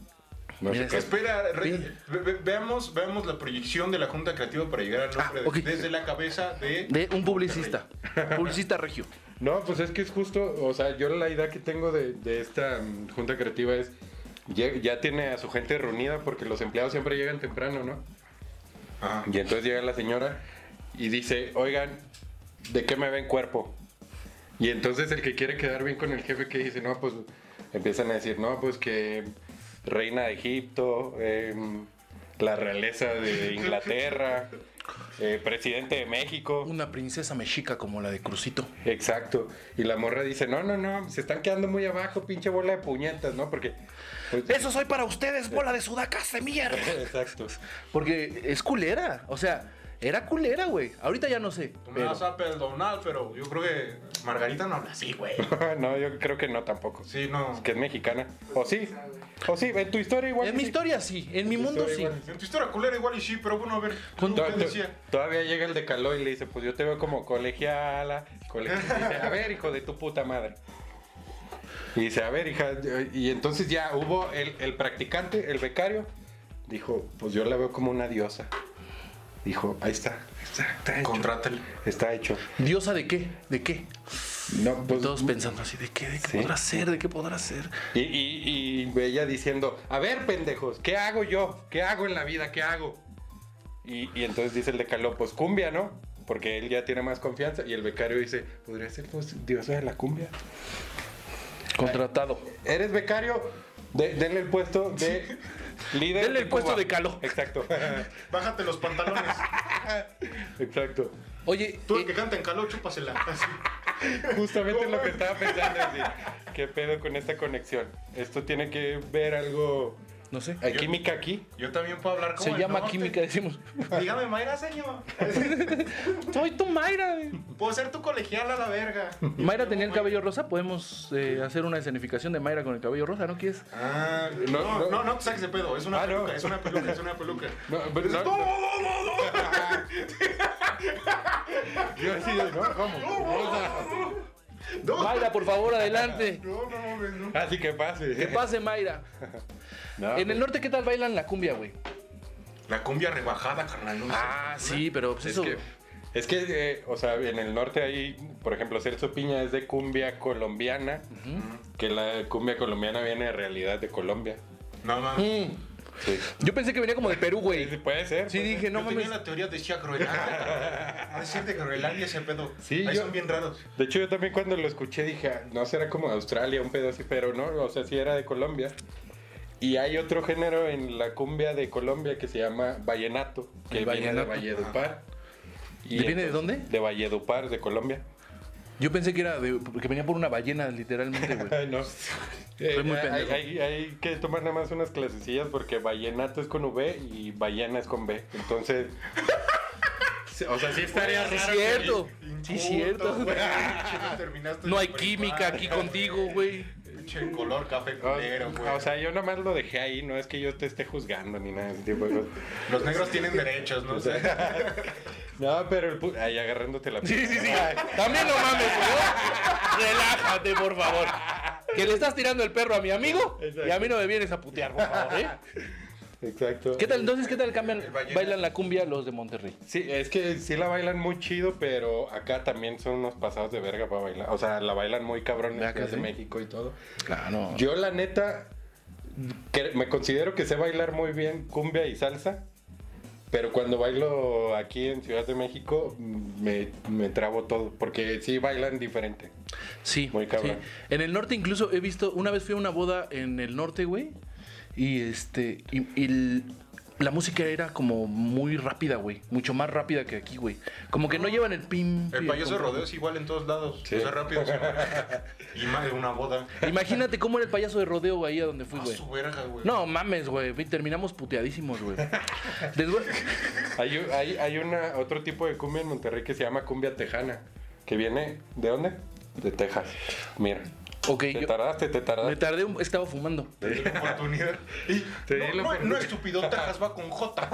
F: No
E: Mira,
F: sé cuál.
G: Espera, re-
E: Bien.
G: ve- ve- veamos, veamos la proyección de la Junta Creativa para llegar al nombre
E: Ah,
G: de-
E: ok.
G: desde la cabeza de...
E: De un publicista. Publicista regio.
F: No, pues es que es justo, o sea, yo la idea que tengo de, de esta mm, junta creativa es, ya, ya tiene a su gente reunida porque los empleados siempre llegan temprano, ¿no?
G: Ajá.
F: Y entonces llega la señora y dice, oigan, ¿de qué me ven cuerpo? Y entonces el que quiere quedar bien con el jefe que dice, no, pues empiezan a decir, no, pues que reina de Egipto, em, la realeza de Inglaterra, eh, presidente de México.
E: Una princesa mexica como la de Crucito.
F: Exacto. Y la morra dice, no, no, no, se están quedando muy abajo, pinche bola de puñetas, ¿no? Porque... pues,
E: Eso soy para ustedes, bola de sudacas de mierda.
F: Exacto.
E: Porque es culera. O sea, era culera, güey. Ahorita ya no sé.
G: Tú me
E: Pero
G: vas a perdonar, pero yo creo que Margarita no habla así, güey.
F: no, yo creo que no tampoco.
G: Sí, no.
F: Es que es mexicana. O sí. O sí, en tu historia igual.
E: en mi
F: sí.
E: historia sí. En mi mundo sí.
F: historia
G: En tu historia culera igual y sí, pero bueno, a ver,
E: Con-
G: ¿qué
F: To- to-
G: decía?
F: Todavía llega el de Caló y le dice, pues yo te veo como colegiala. colegiala. Y dice, a ver, hijo de tu puta madre. Y dice, a ver, hija. Y entonces ya hubo el, el practicante, el becario, dijo, pues yo la veo como una diosa. Dijo, ahí está, ahí está, está hecho.
G: Contrátale.
F: Está hecho.
E: ¿Diosa de qué? ¿De qué?
F: No,
E: Y
F: pues,
E: todos pensando así, ¿de qué? ¿De qué
F: Sí.
E: podrá ser? ¿De qué podrá ser?
F: y, y, y ella diciendo, a ver, pendejos, ¿qué hago yo? ¿Qué hago en la vida? ¿Qué hago? Y, y entonces dice el de Caló, pues cumbia, ¿no? Porque él ya tiene más confianza. Y el becario dice, podría ser pues, diosa de la cumbia.
E: Contratado.
F: Eres becario, de- denle el puesto de líder.
E: Denle el puesto de Caló.
F: Exacto,
G: Bájate los pantalones.
F: exacto.
E: Oye,
G: Tú el
E: eh,
G: que canta en calor, chúpasela. Así.
F: Justamente lo que estaba pensando es decir, ¿qué pedo con esta conexión? Esto tiene que ver algo.
E: no sé.
F: Hay química aquí.
G: Yo también puedo hablar como
E: Se
G: el
E: llama
G: norte.
E: química, decimos.
G: Dígame, Mayra, señor.
E: Soy tu Mayra. güey.
G: Puedo ser tu colegial a la verga.
E: Mayra tenía el cabello rosa, podemos eh, hacer una escenificación de Mayra con el cabello rosa, ¿no quieres?
G: Ah, no, no, no, te saques de pedo. Es una
F: Ah, no.
G: peluca, es una peluca, es una peluca.
F: No, pero
G: ¡No,
F: no, no.
G: no, no, no!
F: Yo así de, no, ¿cómo?
E: Mayra, por favor, adelante.
G: No, no, mames, no.
F: Así que pase.
E: Que pase Mayra.
F: No,
E: En el norte, ¿qué tal bailan la cumbia, güey?
G: La cumbia rebajada, carnal.
E: Ah, sí, pero pues
F: es
E: eso.
F: que, es que eh, o sea, en el norte hay, por ejemplo, Celso Piña es de cumbia colombiana, que la cumbia colombiana viene de realidad de Colombia.
G: No, mames.
E: Mm,
F: Sí.
E: Yo pensé que venía como de Perú,
F: Sí,
E: güey.
F: puede ser.
E: Sí,
F: puede
E: dije, no
G: Yo tenía
E: mames.
G: la teoría de Chia Groenlandia. A decir de Groenlandia ese pedo.
F: Sí,
G: Ahí
F: yo-
G: son bien raros.
F: ser. De hecho, yo también cuando lo escuché dije, "Ah, no será como Australia, un pedo así, pero no, o sea, sí era de Colombia. Y hay otro género en la cumbia de Colombia que se llama vallenato, que
E: El
F: viene de
E: vallenato.
F: Valledupar. Y
E: ¿Viene de dónde?
F: De Valledupar, de Colombia.
E: Yo pensé que era de, que venía por una ballena, literalmente, güey.
F: Ay, no. Eh,
E: muy
F: hay,
E: pendejo.
F: hay- hay que tomar nada más unas clasecillas porque vallenato es con V y ballena es con B. Entonces. o sea, sí estaría
E: Sí, es
F: raro.
E: cierto. Sí, es
G: Inculto,
E: cierto.
G: güey, pinche, no terminaste
E: No
G: la
E: hay
G: prepa,
E: química aquí contigo, Ah, güey.
G: Pinche color café
F: O,
G: culero, güey.
F: o sea, yo nada más lo dejé ahí, no es que yo te esté juzgando ni nada de ese tipo de cosas.
G: Los negros tienen derechos, no sé.
F: No, pero el pu- Ay, agarrándote la
E: ¿eh? Sí, sí, sí. También no mames, güey. Relájate, por favor. Que le estás tirando el perro a mi amigo y a mí no me vienes a putear, por favor, ¿eh?
F: Exacto.
E: ¿Qué tal? Entonces, ¿qué tal cambian,
G: El ballena.
E: bailan la cumbia los de Monterrey?
F: Sí, es que sí la bailan muy chido, pero acá también son unos pasados de verga para bailar. O sea, la bailan muy cabrón en
E: Acá
F: Ciudad de
E: sí.
F: México y todo.
E: Claro.
F: Yo la neta que- me considero que sé bailar muy bien cumbia y salsa, pero cuando bailo aquí en Ciudad de México mm, me, me trabo todo, porque sí bailan diferente.
E: Sí.
F: Muy cabrón.
E: sí. En el norte incluso he visto, una vez fui a una boda en el norte, güey, y este, y, y l- la música era como muy rápida, güey, mucho más rápida que aquí, güey. Como que no llevan el pim.
G: El
E: pim,
G: payaso de
E: pum, pum.
G: rodeo es igual en todos lados.
F: Sí.
G: O sea, rápido. se mueve. Y más de una boda.
E: Imagínate cómo era el payaso de rodeo ahí a donde fui,
G: A
E: Pues, güey.
G: su verga, güey.
E: No mames, güey, vi- terminamos puteadísimos, güey. Después-
F: Hay, u- hay, hay una, otro tipo de cumbia en Monterrey que se llama cumbia tejana, que viene ¿de dónde? De Texas. Mira.
E: Ok,
F: Te
E: yo-
F: tardaste, te
E: me
F: tardaste.
E: tardé, un- estaba fumando.
G: Te di la oportunidad. Y
F: Te di
G: no,
F: la
G: no, no,
F: oportunidad.
G: estúpido, Texas va con J.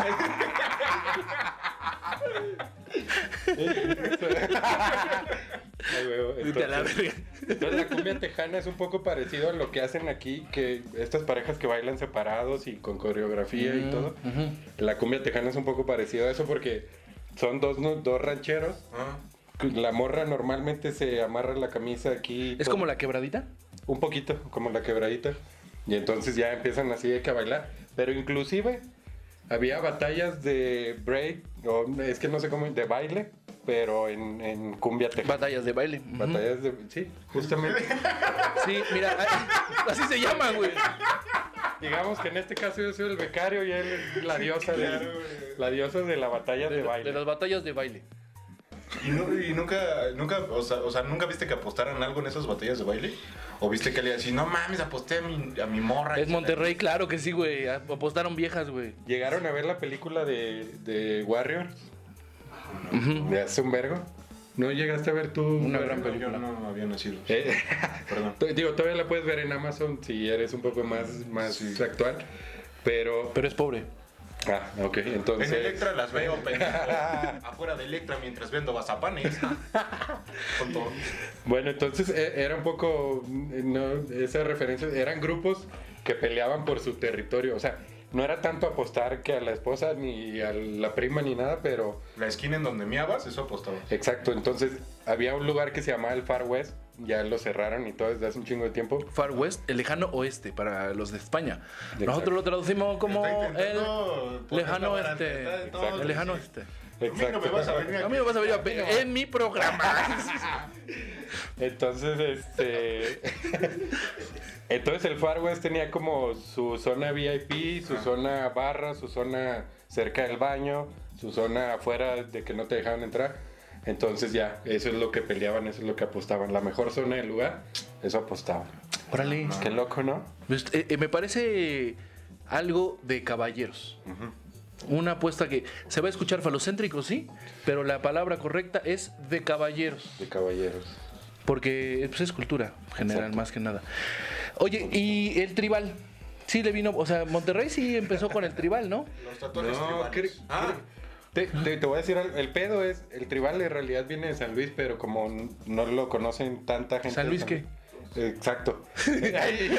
F: Ay, huevo,
E: Vete a la
F: entonces-
E: verga.
F: Entonces la cumbia tejana es un poco parecido a lo que hacen aquí, que estas parejas que bailan separados y con coreografía
E: Mm,
F: y todo. La cumbia tejana es un poco parecido a eso porque son dos, nu- dos rancheros.
G: Ah,
F: La morra normalmente se amarra la camisa aquí.
E: Es
F: con-
E: como la quebradita.
F: Un poquito, como la quebradita. Y entonces ya empiezan así de que a bailar. Pero inclusive había batallas de break, o es que no sé cómo, de baile, pero en, en cumbia tejana.
E: Batallas de baile. Ujú.
F: Batallas de... Sí, justamente.
E: Sí, mira, a- así se llaman, güey.
F: Digamos que en este caso yo soy el becario y él es la diosa,
G: claro,
F: de,
G: güey.
F: la diosa de la batalla de,
E: De,
F: baile.
E: de las batallas de baile.
G: ¿Y, no- y nunca, nunca, o sea, o sea, nunca viste que apostaran algo en esas batallas de baile? ¿O viste que le así, no mames, aposté a mi, a mi morra?
E: Es Monterrey, claro que Ah, sí, güey. Apostaron viejas, güey.
F: ¿Llegaron a ver la película de, de Warriors? ¿De hace un vergo? ¿No llegaste a ver tú?
E: Una gran
F: Warriors?
G: No, yo
E: película.
G: no había nacido.
F: Eh,
G: Perdón.
F: to- Digo, todavía la puedes ver en Amazon si eres un poco más, más
G: Sí.
F: actual. Pero...
E: Pero es pobre.
F: Ah, ok, entonces...
G: En Electra las veo, pendejo. Afuera de Electra mientras vendo bazapanes. Tonto.
F: Bueno, entonces e- era un poco, mm, no, esas referencias, eran grupos que peleaban por su territorio, o sea, no era tanto apostar que a la esposa ni a la prima ni nada, pero
G: La esquina en donde miabas, eso apostaba.
F: exacto, entonces había un lugar que se llamaba el Far West, ya lo cerraron y todo desde hace un chingo de tiempo.
E: Far West, el lejano oeste para los de España.
F: Exacto.
E: Nosotros lo traducimos como
G: Está
E: el
G: intentando pues, poner la
E: lejano
G: vara
E: este.
G: alta de todos,
E: El lejano
G: sí.
E: este.
G: A mí no me vas a venir
E: A mí me vas a ver a pe-
G: Mira.
E: en mi programa.
F: Entonces, este. Entonces, el Far West tenía como su zona VIP, su zona barra, su zona cerca del baño, su zona afuera de que no te dejaban entrar. Entonces, ya, eso es lo que peleaban, eso es lo que apostaban. La mejor zona del lugar, eso apostaban.
E: Órale.
F: Qué loco, ¿no?
E: Pues, eh, eh, me parece algo de caballeros. Una apuesta que se va a escuchar falocéntrico, sí, pero la palabra correcta es de caballeros.
F: De caballeros.
E: Porque pues, es cultura general,
F: Exacto.
E: más que nada. Oye, y el tribal. Sí le vino, o sea, Monterrey sí empezó con el tribal, ¿no?
G: Los tatuajes
F: No,
G: tribales.
F: cre-
G: Ah,
F: Te, te- te voy a decir algo, el pedo es, el tribal en realidad viene de San Luis, pero como n- no lo conocen tanta gente.
E: ¿San
F: de
E: Luis qué?
F: Exacto. Ay,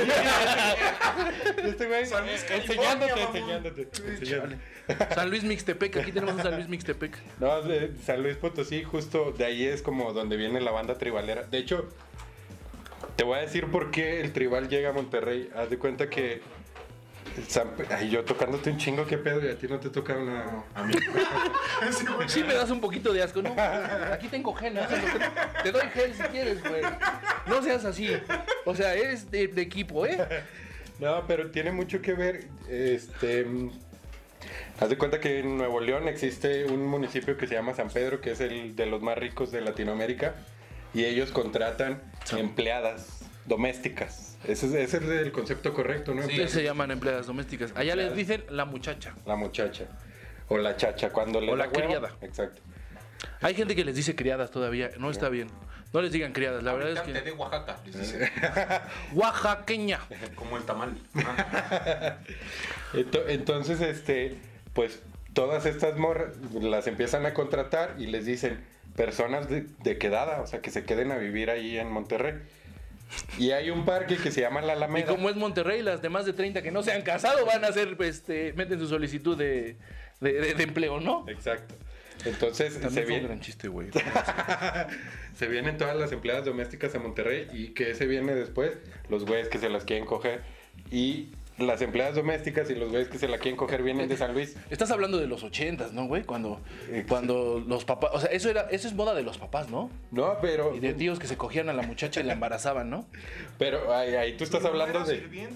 F: este güey,
G: San Luis, California,
F: enseñándote,
G: mamón.
F: enseñándote, enseñándote.
E: San Luis Mixtepec, aquí tenemos un San Luis Mixtepec.
F: No, de San Luis Potosí, justo de ahí es como donde viene la banda tribalera. De hecho, te voy a decir por qué el tribal llega a Monterrey. Haz de cuenta que... San Pe- Ay, yo tocándote un chingo, qué pedo, y a ti no te toca una...
G: a mí. Sí, güey.
E: Sí me das un poquito de asco, ¿no? Aquí tengo gel, no sé lo que- te doy gel si quieres, güey. No seas así. O sea, eres de, de equipo, ¿eh?
F: No, pero tiene mucho que ver. Este. mm, Haz de cuenta que en Nuevo León existe un municipio que se llama San Pedro, que es el de los más ricos de Latinoamérica, y ellos contratan empleadas domésticas. Ese es, ese es el concepto correcto, ¿no? Empleadas-
E: Se llaman empleadas domésticas. Allá les dicen la muchacha.
F: La muchacha. O la chacha, cuando le
E: O
F: da
E: la
F: hueva.
E: criada.
F: Exacto.
E: Hay gente que les dice criadas todavía. No está bien. No les digan criadas. La verdad es
G: Habitante
E: que.
G: de Oaxaca, les dice.
E: Oaxaqueña.
G: Como el tamal.
F: Ento- Entonces, este, pues todas estas morras las empiezan a contratar y les dicen personas de, de quedada, o sea, que se queden a vivir ahí en Monterrey. Y hay un parque que se llama La
E: Y
F: Alameda.
E: como es Monterrey, las de más de 30 que no se han casado van a hacer, este, meten su solicitud de, de, de- de empleo, ¿no?
F: Exacto. Entonces se,
E: También fue un
F: viene-
E: gran chiste, güey.
F: se vienen todas las empleadas domésticas a Monterrey y que se viene después los güeyes que se las quieren coger y las empleadas domésticas y los güeyes que se la quieren coger vienen de San Luis.
E: Estás hablando de los ochentas, ¿no, güey? Cuando,
F: Exacto.
E: cuando los papás, o sea, eso era, eso es moda de los papás, ¿no?
F: No, pero,
E: Y de tíos que se cogían a la muchacha y la embarazaban, ¿no?
F: pero ahí, ahí tú estás hablando de...
G: de.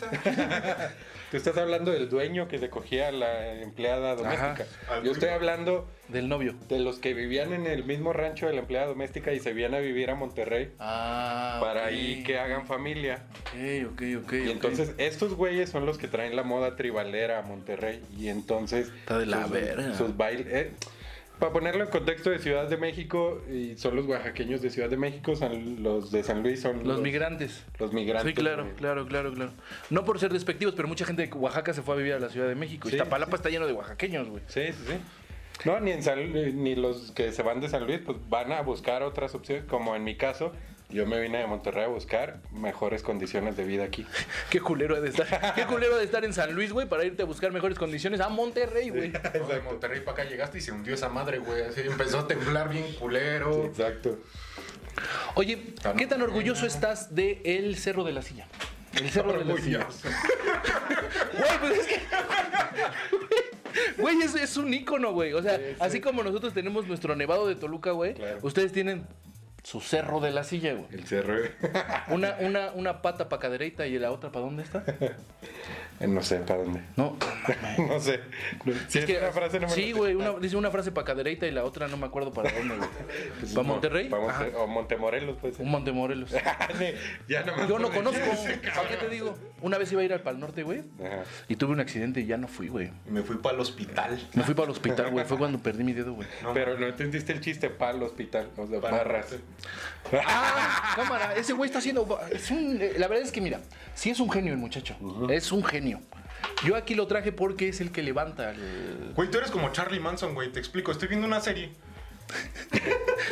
F: Tú estás hablando del dueño que se cogía a la empleada doméstica.
G: Al
F: Yo estoy
G: dueño.
F: hablando
E: Del novio.
F: de los que vivían en el mismo rancho de la empleada doméstica y se vivían a vivir a Monterrey
E: Ah.
F: para
E: ok.
F: ahí que hagan familia.
E: Ok, ok, ok.
F: Y entonces estos güeyes son los que traen la moda tribalera a Monterrey y entonces
E: Está de la
F: sus,
E: verga.
F: sus bailes... para ponerlo en contexto de Ciudad de México, y son los oaxaqueños de Ciudad de México, son los de San Luis son
E: Los migrantes.
F: Los migrantes.
E: Sí, claro,
F: güey.
E: claro, claro, claro. No por ser despectivos, pero mucha gente de Oaxaca se fue a vivir a la Ciudad de México.
F: Sí,
E: Iztapalapa está lleno de oaxaqueños, güey.
F: Sí, sí, sí. No, ni, en San- eh, ni los que se van de San Luis, pues van a buscar otras opciones, como en mi caso, yo me vine de Monterrey a buscar mejores condiciones de vida aquí.
E: Qué culero ha de estar. Qué culero ha de estar en San Luis, güey, para irte a buscar mejores condiciones a Monterrey, güey.
G: De Monterrey para acá llegaste y se hundió esa madre, güey. Así empezó a temblar bien culero.
F: Exacto.
E: Oye, ¿qué tan orgulloso estás de el Cerro de la Silla? El Cerro de la Silla. Güey, pues es que. Güey, es, es un ícono, güey. O sea, así como nosotros tenemos nuestro nevado de Toluca, güey,
F: Claro.
E: ustedes tienen su cerro de la silla, güey.
F: El cerro.
E: Una, una, una pata para cadereita y la otra para dónde está.
F: Eh, no sé para dónde.
E: No,
F: No sé. Si es,
E: que-
F: una frase, no me
E: sí,
F: la sé.
E: güey, una- dice una frase para cadereita y la otra no me acuerdo para dónde, güey.
F: Pues,
E: ¿Para
F: no,
E: Monterrey?
F: pa' Monte-
E: Ajá.
F: o Montemorelos, pues. Ah,
E: Un Montemorelos.
F: ya nomás
E: Yo no
F: por
E: conozco.
F: decir.
E: ¿Para qué te digo? Una vez iba a ir al Pal Norte, güey.
F: Ajá.
E: Y tuve un accidente y ya no fui, güey.
G: Me fui para el hospital.
E: Me fui para el hospital, güey. Fue cuando perdí mi dedo, güey.
F: Pero no entendiste el chiste para el hospital, o sea, barras.
E: Ah, cámara, ese güey está haciendo. es un- eh, la verdad es que, mira, sí es un genio el muchacho. Es un genio. Yo aquí lo traje porque es el que levanta. el-
G: Güey, tú eres como Charlie Manson, güey. Te explico. Estoy viendo una serie.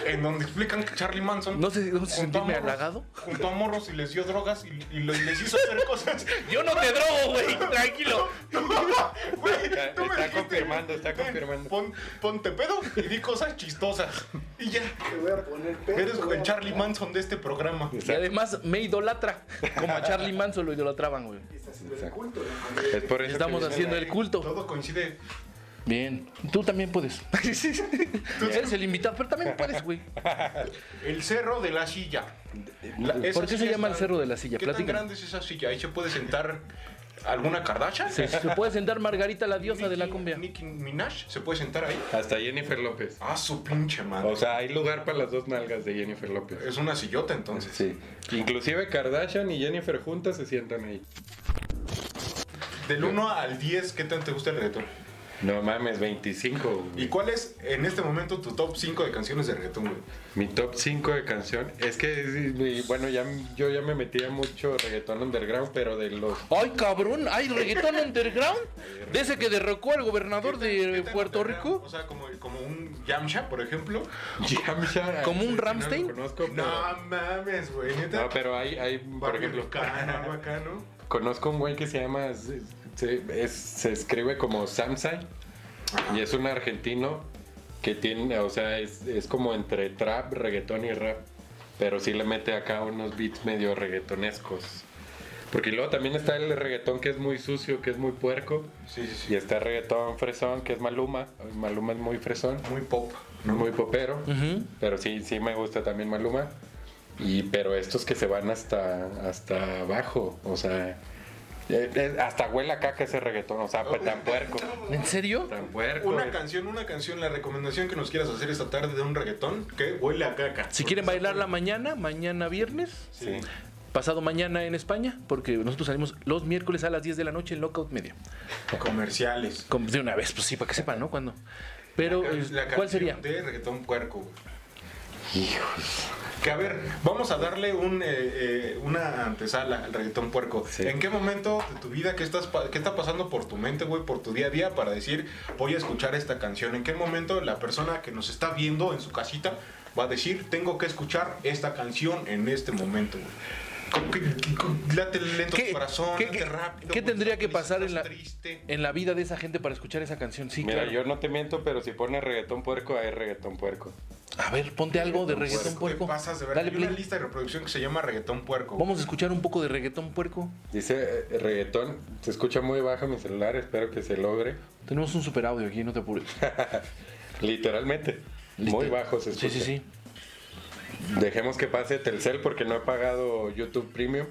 G: en donde explican que Charlie Manson.
E: No sé si- no sé si
G: juntó a
E: sentirme
G: morros-
E: halagado.
G: Juntó a morros y les dio drogas y, y lo- y les hizo hacer cosas.
E: Yo no te drogo, güey. Tranquilo.
G: Güey, tú
F: Está-
G: me
F: está
G: dijiste,
F: confirmando, está
G: "Ven,
F: confirmando".
G: pon- ponte pedo y di cosas chistosas. Y ya. Te voy a poner pedo. Eres el Charlie Manson de este programa.
E: Y además me idolatra. Como a Charlie Manson lo idolatraban, güey.
F: Es por eso
E: Estamos
F: que viene
E: haciendo
F: la-
E: el culto.
G: Todo coincide.
E: Bien. Tú también puedes. Eres el invitado, pero también puedes, güey.
G: El cerro de la silla.
E: ¿Por qué se llama el cerro de la silla?
G: ¿Qué tan
E: Platícanos.
G: grande es esa silla? ¿Ahí se puede sentar alguna Kardashian?
E: Se, se puede sentar Margarita, la diosa de la
G: Nicki-
E: cumbia.
G: Nicki Minaj se puede sentar ahí.
F: Hasta Jennifer López.
G: Ah, su pinche madre.
F: O sea, hay lugar para las dos nalgas de Jennifer López.
G: es una sillota entonces.
F: Sí. Inclusive Kardashian y Jennifer juntas se sientan ahí.
G: Del 1 al 10, ¿qué tanto te gusta el reggaetón?
F: No mames, 25. güey.
G: ¿Y cuál es en este momento tu top 5 de canciones de reggaetón, güey?
F: Mi top 5 de canción. Es que, es mi- bueno, ya, yo ya me metía mucho reggaetón underground, pero de los...
E: Ay, cabrón, hay reggaetón underground. De ese que derrocó al gobernador
G: ¿Qué
E: de
G: tan
E: Puerto
G: underground?
E: Rico.
G: O sea, como, como un Yamcha, por ejemplo.
F: Yamcha.
E: ¿Como un
F: no lo
E: Rammstein?
F: conozco, pero-
G: No mames, güey. Neta.
F: No, pero hay, hay por
G: Barrio
F: ejemplo,
G: Lucano, algo acá, ¿no?
F: conozco un güey que se llama, se, se- es- se escribe como Samsai, y es un argentino que tiene, o sea, es, es como entre trap, reggaetón y rap, pero sí le mete acá unos beats medio reggaetonescos. Porque luego también está el reggaetón que es muy sucio, que es muy puerco,
G: Sí, sí,
F: y
G: sí.
F: está el reggaetón fresón, que es Maluma, Maluma es muy fresón,
G: Muy pop.
F: muy popero, pero sí, sí me gusta también Maluma. Y pero estos que se van hasta hasta abajo, o sea, Eh, eh, hasta huele a caca ese reggaetón, o sea, pues, tan puerco.
E: ¿En serio?
F: Tan puerco.
G: Una canción, una canción, la recomendación que nos quieras hacer esta tarde de un reggaetón que huele a caca.
E: Si quieren bailar la mañana, mañana viernes,
F: Sí.
E: pasado mañana en España, porque nosotros salimos los miércoles a las 10 de la noche en Lockout Media.
G: Comerciales.
E: Como De una vez, pues sí, para que sepan, ¿no? ¿Cuándo? Pero, eh,
G: La canción
E: ¿cuál sería?
G: De reggaetón puerco, güey. Que a ver, vamos a darle un, eh, eh, una antesala al reggaetón puerco.
F: Sí.
G: ¿En qué momento de tu vida, qué, estás, pa- qué está pasando por tu mente, güey, por tu día a día para decir, voy a escuchar esta canción? ¿En qué momento la persona que nos está viendo en su casita va a decir, tengo que escuchar esta canción en este momento, güey? ¿Qué- qué- qué- Late lento tu corazón,
E: qué-
G: late
E: qué-
G: rápido.
E: qué
G: güey,
E: tendría que
G: estás
E: pasar en la,
G: triste?
E: en la vida de esa gente para escuchar esa canción? Sí,
F: Mira,
E: claro.
F: yo no te miento, pero si pones reggaetón puerco, hay reggaetón puerco.
E: A ver, ponte algo de reggaetón
G: Te
E: puerco.
G: pasas de ver.
E: Dale
G: Hay una
E: play.
G: lista de reproducción que se llama reggaetón puerco. güey.
E: Vamos a escuchar un poco de reggaetón puerco.
F: Dice eh, reggaetón, se escucha muy baja mi celular, espero que se logre.
E: Tenemos un super audio aquí, no te apures.
F: Literalmente. Muy
E: Listo.
F: bajo se escucha.
E: Sí, sí, sí.
F: Dejemos que pase Telcel porque no he pagado YouTube Premium.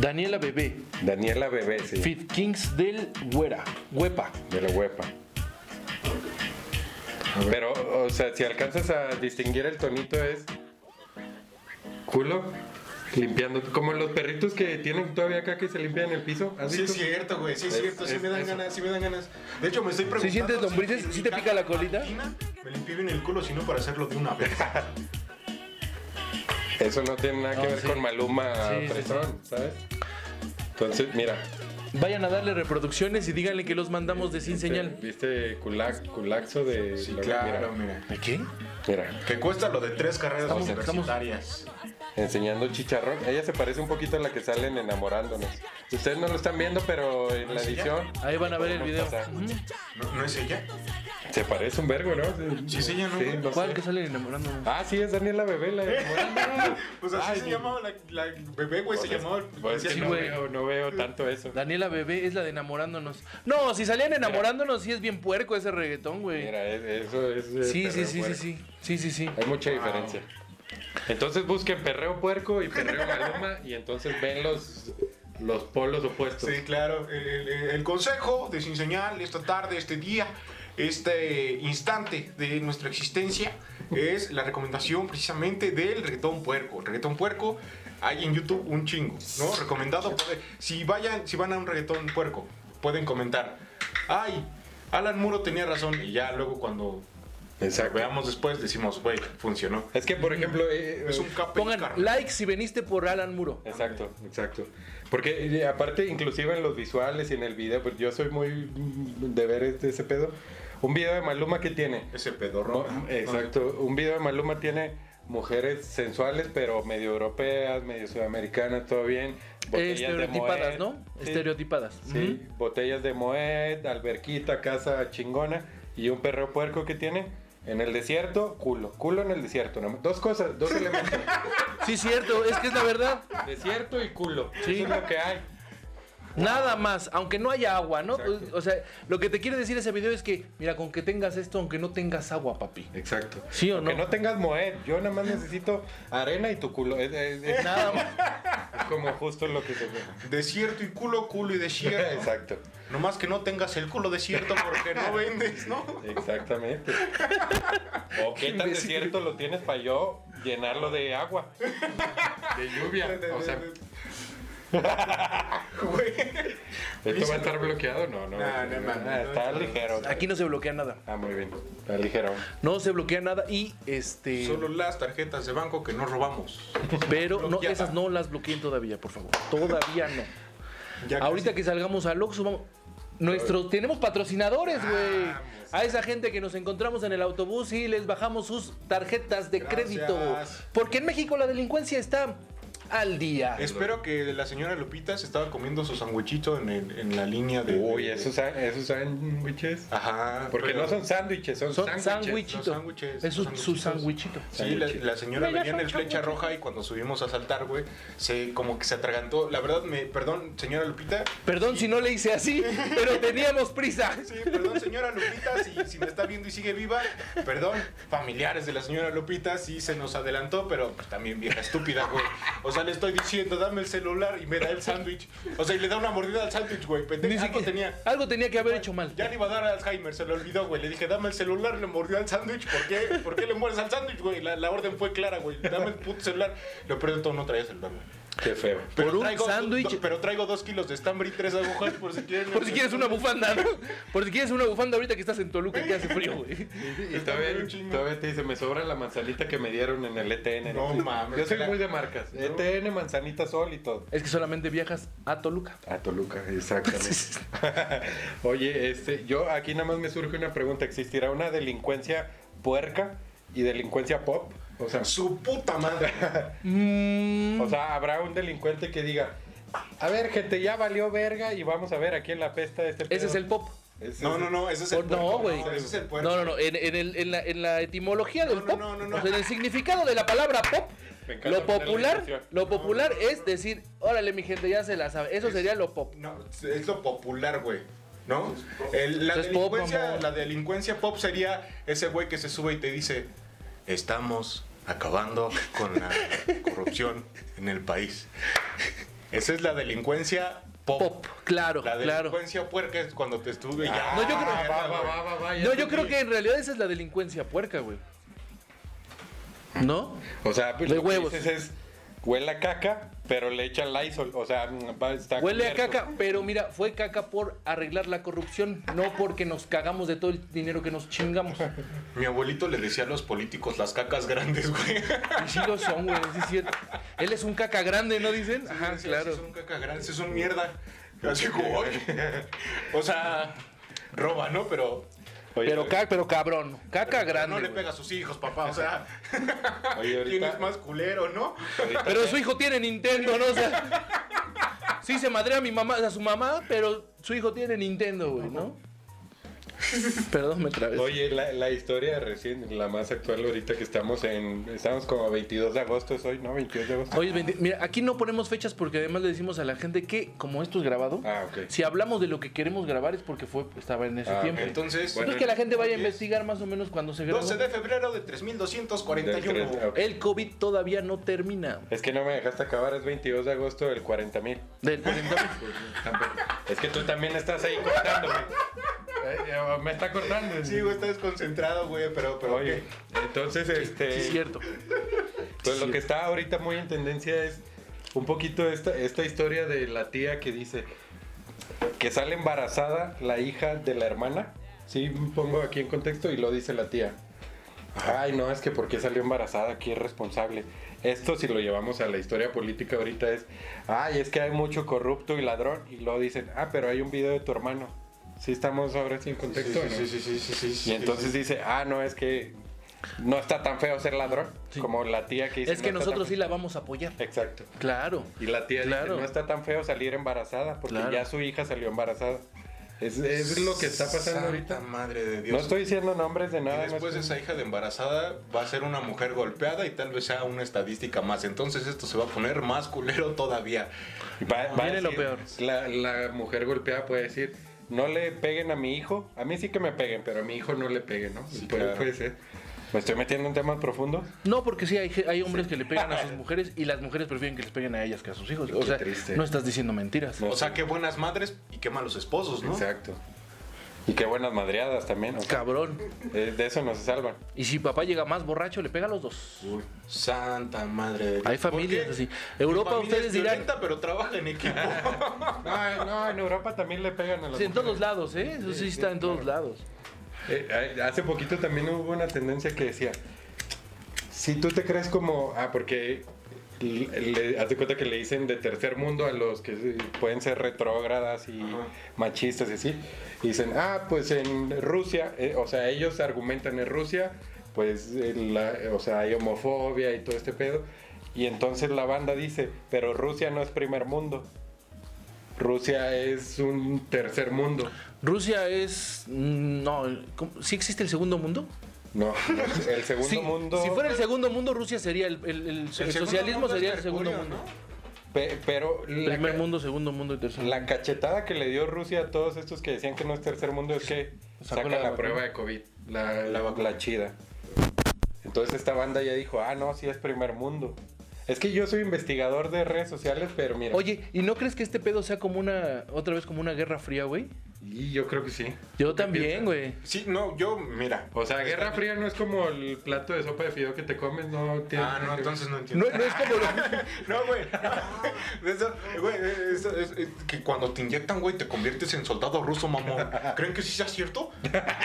E: Daniela Bebé,
F: Daniela Bebé, sí.
E: Fit Kings del Güera, Huepa.
F: De la huepa. Pero, o sea, si alcanzas a distinguir el tonito es culo limpiando, como los perritos que tienen todavía acá que se limpian el piso. ¿Has
G: Ah, Sí es
F: visto?
G: cierto, güey, sí es,
F: Es-
G: cierto, sí
F: es
G: me dan
F: eso.
G: ganas, sí me dan ganas. De hecho, me estoy preguntando.
E: sientes lombrices?
G: si
E: ¿Sí te
G: mi
E: pica la
G: caca
E: colita?
G: marina Me limpié bien el culo, sino para hacerlo de una vez.
F: Eso no tiene nada
E: No,
F: que ver
E: sí.
F: con Maluma
E: Sí, sí,
F: Fresón, ¿sabes? Entonces, mira,
E: Vayan a darle reproducciones y díganle que los mandamos de sin señal.
F: ¿viste culac, culaxo de
G: Sí,
F: Lola?
G: claro, mira.
E: ¿De qué?
F: Mira, mira,
G: Que cuesta lo de tres carreras
E: Estamos-
G: universitarias.
F: enseñando chicharrón. Ella se parece un poquito a la que salen enamorándonos. Ustedes no lo están viendo, pero en la edición
E: Ahí van a ver el video.
F: Pasar.
E: Ujú.
G: ¿No, no es ella?
F: se parece un vergo, ¿no?
G: Sí, sí, ya no, güey.
F: no
E: ¿Cuál
F: sé.
E: que sale enamorándonos?
F: Ah, sí, es Daniela Bebé, la de enamorándonos.
G: Pues así
F: Ay,
G: se
F: mi-
G: llamaba la, la bebé, güey, se llamaba.
F: Pues es que
E: Sí,
F: no,
E: güey.
F: veo, no veo tanto eso.
E: Daniela Bebé es la de enamorándonos. No, si salían enamorándonos, sí es bien puerco ese reggaetón, güey.
F: Mira, es- eso es. eh,
E: Sí, sí,
F: perreo
E: sí, sí,
F: puerco.
E: sí. Sí, sí, sí.
F: Hay mucha diferencia. Entonces busquen perreo puerco y perreo maluma y entonces ven los, los polos opuestos.
G: Sí, claro. El, el- el consejo de Sin Señal esta tarde, este día, este instante de nuestra existencia es la recomendación precisamente del reggaetón puerco. El reggaetón puerco hay en YouTube un chingo, ¿no? Recomendado. por- Si, vayan, si van a un reggaetón puerco, pueden comentar. ¡Ay! Alan Muro tenía razón. Y ya luego cuando lo
F: Exacto.
G: veamos después decimos, güey, funcionó.
F: Es que, por ejemplo, eh,
G: Es un capo.
E: Pongan
G: carnal.
E: like si veniste por Alan Muro.
F: Exacto, exacto. Porque eh, aparte, inclusive en los visuales y en el video, pues yo soy muy mm, de ver este- ese pedo. Un video de Maluma que tiene.
G: Ese pedorro.
F: Mo- Exacto. Un video de Maluma tiene mujeres sensuales, pero medio europeas, medio sudamericanas, todo bien. Botellas de
E: Estereotipadas,
F: Moet.
E: ¿no?
F: Sí.
E: Estereotipadas.
F: Sí, botellas de Moet, alberquita, casa chingona y un perro puerco que tiene en el desierto, culo, culo en el desierto. nomás. Dos cosas, dos elementos.
E: Ujú. Sí, cierto, es que es la verdad.
F: Desierto y culo.
E: Sí.
F: Eso es lo que hay.
E: Nada más, aunque no haya agua, ¿no? Pues, O sea, lo que te quiere decir ese video es que, mira, con que tengas esto, aunque no tengas agua, papi.
F: Exacto.
E: ¿Sí o no?
F: Que no tengas Moet, yo nada más necesito arena y tu culo. Es, es- es
E: Nada más.
F: como justo lo que se ve.
G: Desierto y culo, culo y desierto.
F: Exacto.
G: Nomás que no tengas el culo desierto porque no vendes, ¿no?
F: Exactamente. O qué tan desierto lo tienes para yo llenarlo de agua. De lluvia. O sea,
G: Güey.
F: ¿esto va a estar bloqueado? No, no.
G: No, no, no, no.
F: Ah, Está ligero.
E: Aquí no se bloquea nada.
F: Ah, muy bien. Está ligero.
E: No se bloquea nada y este.
G: Solo las tarjetas de banco que no robamos.
E: Pero no,
G: bloqueada.
E: esas no las bloqueen todavía, por favor. Todavía no.
G: Ya casi.
E: Ahorita que salgamos al Oxxo, vamos. Nuestros, tenemos patrocinadores, güey. A esa gente que nos encontramos en el autobús y les bajamos sus tarjetas de
G: Gracias.
E: crédito. Porque en México la delincuencia está al día.
G: Espero que la señora Lupita se estaba comiendo su sandwichito en, el- en la línea de.
F: Uy,
G: de-
F: esos, sa- esos sándwiches.
G: Ajá.
F: Porque
G: Ah, pero-
F: no son sándwiches, son,
E: Son
F: sándwiches.
E: sándwichito.
G: Los sándwiches,
E: Es
G: los
E: un- su
G: sándwichitos.
E: sándwichito.
G: Sí, la, la señora
E: Mira,
G: venía en
E: son
G: el flecha
E: chamuchos.
G: roja y cuando subimos a saltar, güey, se como que se atragantó. La verdad, me, perdón, señora Lupita,
E: Perdón si no le hice así, pero teníamos prisa.
G: Sí, perdón, señora Lupita, si, si me está viendo y sigue viva, perdón, familiares de la señora Lupita, sí se nos adelantó, pero pues, también vieja estúpida, güey. O sea, le estoy diciendo, dame el celular y me da el sándwich. O sea, y le da una mordida al sándwich, güey.
E: Ni
G: Pendejo, algo
E: siquiera-
G: tenía.
E: algo tenía que haber hecho mal.
G: Ya le iba a dar Alzheimer, se lo olvidó, güey. Le dije, dame el celular, le mordió al sándwich. ¿Por qué? ¿Por qué le mueres al sándwich, güey? La, la orden fue clara, güey. Dame el puto celular. Lo peor de todo, no traía celular, güey.
F: Qué feo.
G: Pero
E: Por un
G: traigo do-
E: sándwich.
G: do- Pero traigo dos kilos de estambre y tres agujas por si quieres.
E: Por si quieres una bufanda, ¿no? Por si quieres una bufanda ahorita que estás en Toluca y que hace frío, güey.
F: Y todavía,
G: bien chingo.
F: todavía te dice, me sobra la manzanita que me dieron en el ETN.
G: No mames,
F: Yo soy
G: la-
F: muy de marcas. ETN, manzanita, sol y todo.
E: Es que solamente viajas a Toluca.
F: A Toluca, exactamente. Oye, este, yo aquí nada más me surge una pregunta. ¿Existirá una delincuencia puerca y delincuencia pop? O sea,
G: Su puta madre.
E: Mm,
F: o sea, habrá un delincuente que diga, a ver, gente, ya valió verga y vamos a ver aquí en la pesta de este
E: ese
F: pedo".
E: es el pop.
F: Ese
G: No,
F: es-
G: no, no, ese es
E: Oh,
G: el puerco.
E: no, güey.
G: ese es el
E: No,
G: puerco.
E: no, no. En, en el- en la, en la etimología del
G: no,
E: pop,
G: no, no, no.
E: o sea, en el significado de la palabra pop,
F: Me encanta
E: lo popular,
F: ponerle
E: lo popular es decir, órale, mi gente, ya se la sabe. Eso sería lo pop.
G: No, es lo popular, güey. ¿No? El- la,
E: Es pop,
G: delincuencia,
E: mamón.
G: la delincuencia pop sería ese güey que se sube y te dice: Estamos acabando con la corrupción en el país. Esa es la delincuencia pop.
E: Pop, claro,
G: La
E: claro.
G: delincuencia puerca es cuando te estuve ya.
E: No, yo creo-
G: Ah,
F: Va, va,
G: güey.
F: va, va, va, ya
E: No, yo
F: entendí.
E: creo que en realidad esa es la delincuencia puerca, güey. ¿No?
F: O sea, pues
E: De
F: lo que
E: huevos.
F: dices es, huele a caca, pero le echan Lysol. O sea, mm, va, está
E: Huele a
F: cubierto.
E: caca, pero mira, fue caca por arreglar la corrupción, no porque nos cagamos de todo el dinero que nos chingamos.
G: Mi abuelito le decía a los políticos las cacas grandes, güey.
E: Y sí lo son, güey, sí es cierto. Él es un caca grande, ¿no dicen? Ajá,
G: Sí, sí,
E: claro.
G: son caca grandes, son mierda. Así como, "Ay". O sea, roba, ¿no? Pero
F: Oye,
E: Pero, ca- pero cabrón, caca grande.
G: no le
E: güey.
G: pega a sus hijos, papá. O sea,
F: Oye, ahorita-
G: ¿quién es más culero, no?
E: Pero su hijo tiene Nintendo, ¿no? O sea, sí se madrea a mi mamá, a su mamá, pero su hijo tiene Nintendo, güey, ¿no? Perdón, me trabé.
F: Oye, la, la historia recién, la más actual ahorita que estamos en, estamos como a 22 de agosto es hoy, ¿no? 22 de agosto.
E: Oye, veinte- mira, aquí no ponemos fechas porque además le decimos a la gente que, como esto es grabado,
F: Ah, ok.
E: si hablamos de lo que queremos grabar es porque fue estaba en ese
F: Ah,
E: tiempo.
F: ok.
G: Entonces,
E: Entonces,
F: Bueno,
E: que la gente vaya a
G: hoy es
E: investigar más o menos cuando se grabó.
G: 12 de febrero de
F: Del
G: 3241.
F: tres- ah. ok.
E: El COVID todavía no termina.
F: Es que no me dejaste acabar, es 22 de agosto del 40 mil.
E: Del 40.
F: Es que tú también estás ahí cortándome. Eh, eh, me está cortando.
G: Sí, güey, está desconcentrado, güey, pero, pero
F: Oye,
G: ok.
F: entonces,
E: Sí,
F: este...
E: es cierto.
F: Pues lo que está ahorita muy en tendencia es un poquito esta, esta historia de la tía que dice que sale embarazada la hija de la hermana. Sí, pongo aquí en contexto y lo dice la tía. Ay, no, es que porque salió embarazada, qué irresponsable. Esto si lo llevamos a la historia política ahorita es, ay, es que hay mucho corrupto y ladrón. Y luego dicen, ah, pero hay un video de tu hermano. Sí, estamos ahora sin contexto. ¿no?
G: sí, sí, sí, sí, sí.
F: Y entonces dice, ah, no, es que no está tan feo ser ladrón.
E: Sí.
F: Como la tía que dice.
E: Es que
F: "No está tan
E: nosotros sí
F: feo".
E: la vamos a apoyar.
F: Exacto.
E: Claro.
F: Y la tía
E: Claro.
F: dice, no está tan feo salir embarazada, porque
E: Claro.
F: ya su hija salió embarazada. Es, es lo que está pasando
G: Santa
F: ahorita.
G: madre de Dios.
F: No estoy diciendo nombres de
G: Y
F: nada. no
G: después
F: estoy-
G: esa hija de embarazada va a ser una mujer golpeada y tal vez sea una estadística más. Entonces esto se va a poner más culero todavía.
F: Va- va a
E: Viene lo
F: decir-
E: peor.
F: La, la mujer golpeada puede decir, no le peguen a mi hijo. A mí sí que me peguen, pero a mi hijo no le peguen, ¿no? puede,
G: claro.
F: puede ser. ¿Me estoy metiendo en temas profundos?
E: No, porque sí hay, ge- hay hombres que le pegan a sus mujeres y las mujeres prefieren que les peguen a ellas que a sus hijos. O
F: Qué
E: sea,
F: triste.
E: no estás diciendo mentiras.
F: No.
G: O sea, qué buenas madres y qué malos esposos, ¿no?
F: Exacto. Y qué buenas madreadas también. o sea,
E: Cabrón.
F: eh, de eso no se salvan.
E: Y si papá llega más borracho, le pega a los dos.
G: Uy, santa madre de Dios.
E: Hay
G: ¿Por
E: familias
G: qué?
E: así.
G: Tu
E: Europa,
G: familia
E: ustedes
G: es
E: dirán.
G: violenta, pero trabaja en equipo.
F: No, no, en Europa también le pegan a las
E: Sí, en todos
F: mujeres.
E: lados, ¿eh? Eso sí está en todos lados.
F: Eh, eh, hace poquito también hubo una tendencia que decía, si tú te crees como, ah, porque le, le- haz de cuenta que le dicen de tercer mundo a los que eh, pueden ser retrógradas y machistas y así, y dicen, ah, pues en Rusia, eh, o sea, ellos argumentan en Rusia, pues, eh, la- eh, o sea, hay homofobia y todo este pedo, y entonces la banda dice, pero Rusia no es primer mundo. Rusia es un tercer mundo.
E: Rusia es. mm, No. ¿cómo? ¿Sí existe el segundo mundo?
F: No, no, el segundo
E: Sí,
F: mundo.
E: Si fuera el segundo mundo, Rusia sería el. el- el- el
G: segundo
E: socialismo
G: mundo es
E: sería el segundo
G: Mercurio,
E: mundo.
F: Pe- pero la,
E: Primer
F: ca-
E: mundo, segundo mundo y tercer mundo.
F: la cachetada que le dio Rusia a todos estos que decían que no es tercer mundo es que
E: Sacó
F: saca
E: la
F: la,
E: vacuna.
F: prueba de COVID, la, la, la chida. Entonces esta banda ya dijo, ah, no, sí es primer mundo. Es que yo soy investigador de redes sociales, pero mira.
E: Oye, ¿y no crees que este pedo sea como una, otra vez como una guerra fría, güey?
F: Y yo creo que sí.
E: Yo también, güey.
G: Sí, no, yo, mira. Este,
F: O sea, Guerra Fría no es como el plato de sopa de fideo que te comes, no tiene.
G: Ah, no, entonces no
E: No,
G: entiendo.
E: no es como lo-
G: No, güey. De Eso, güey, eso es, es que cuando te inyectan, güey, te conviertes en soldado ruso, mamón. ¿Creen que sí sea cierto?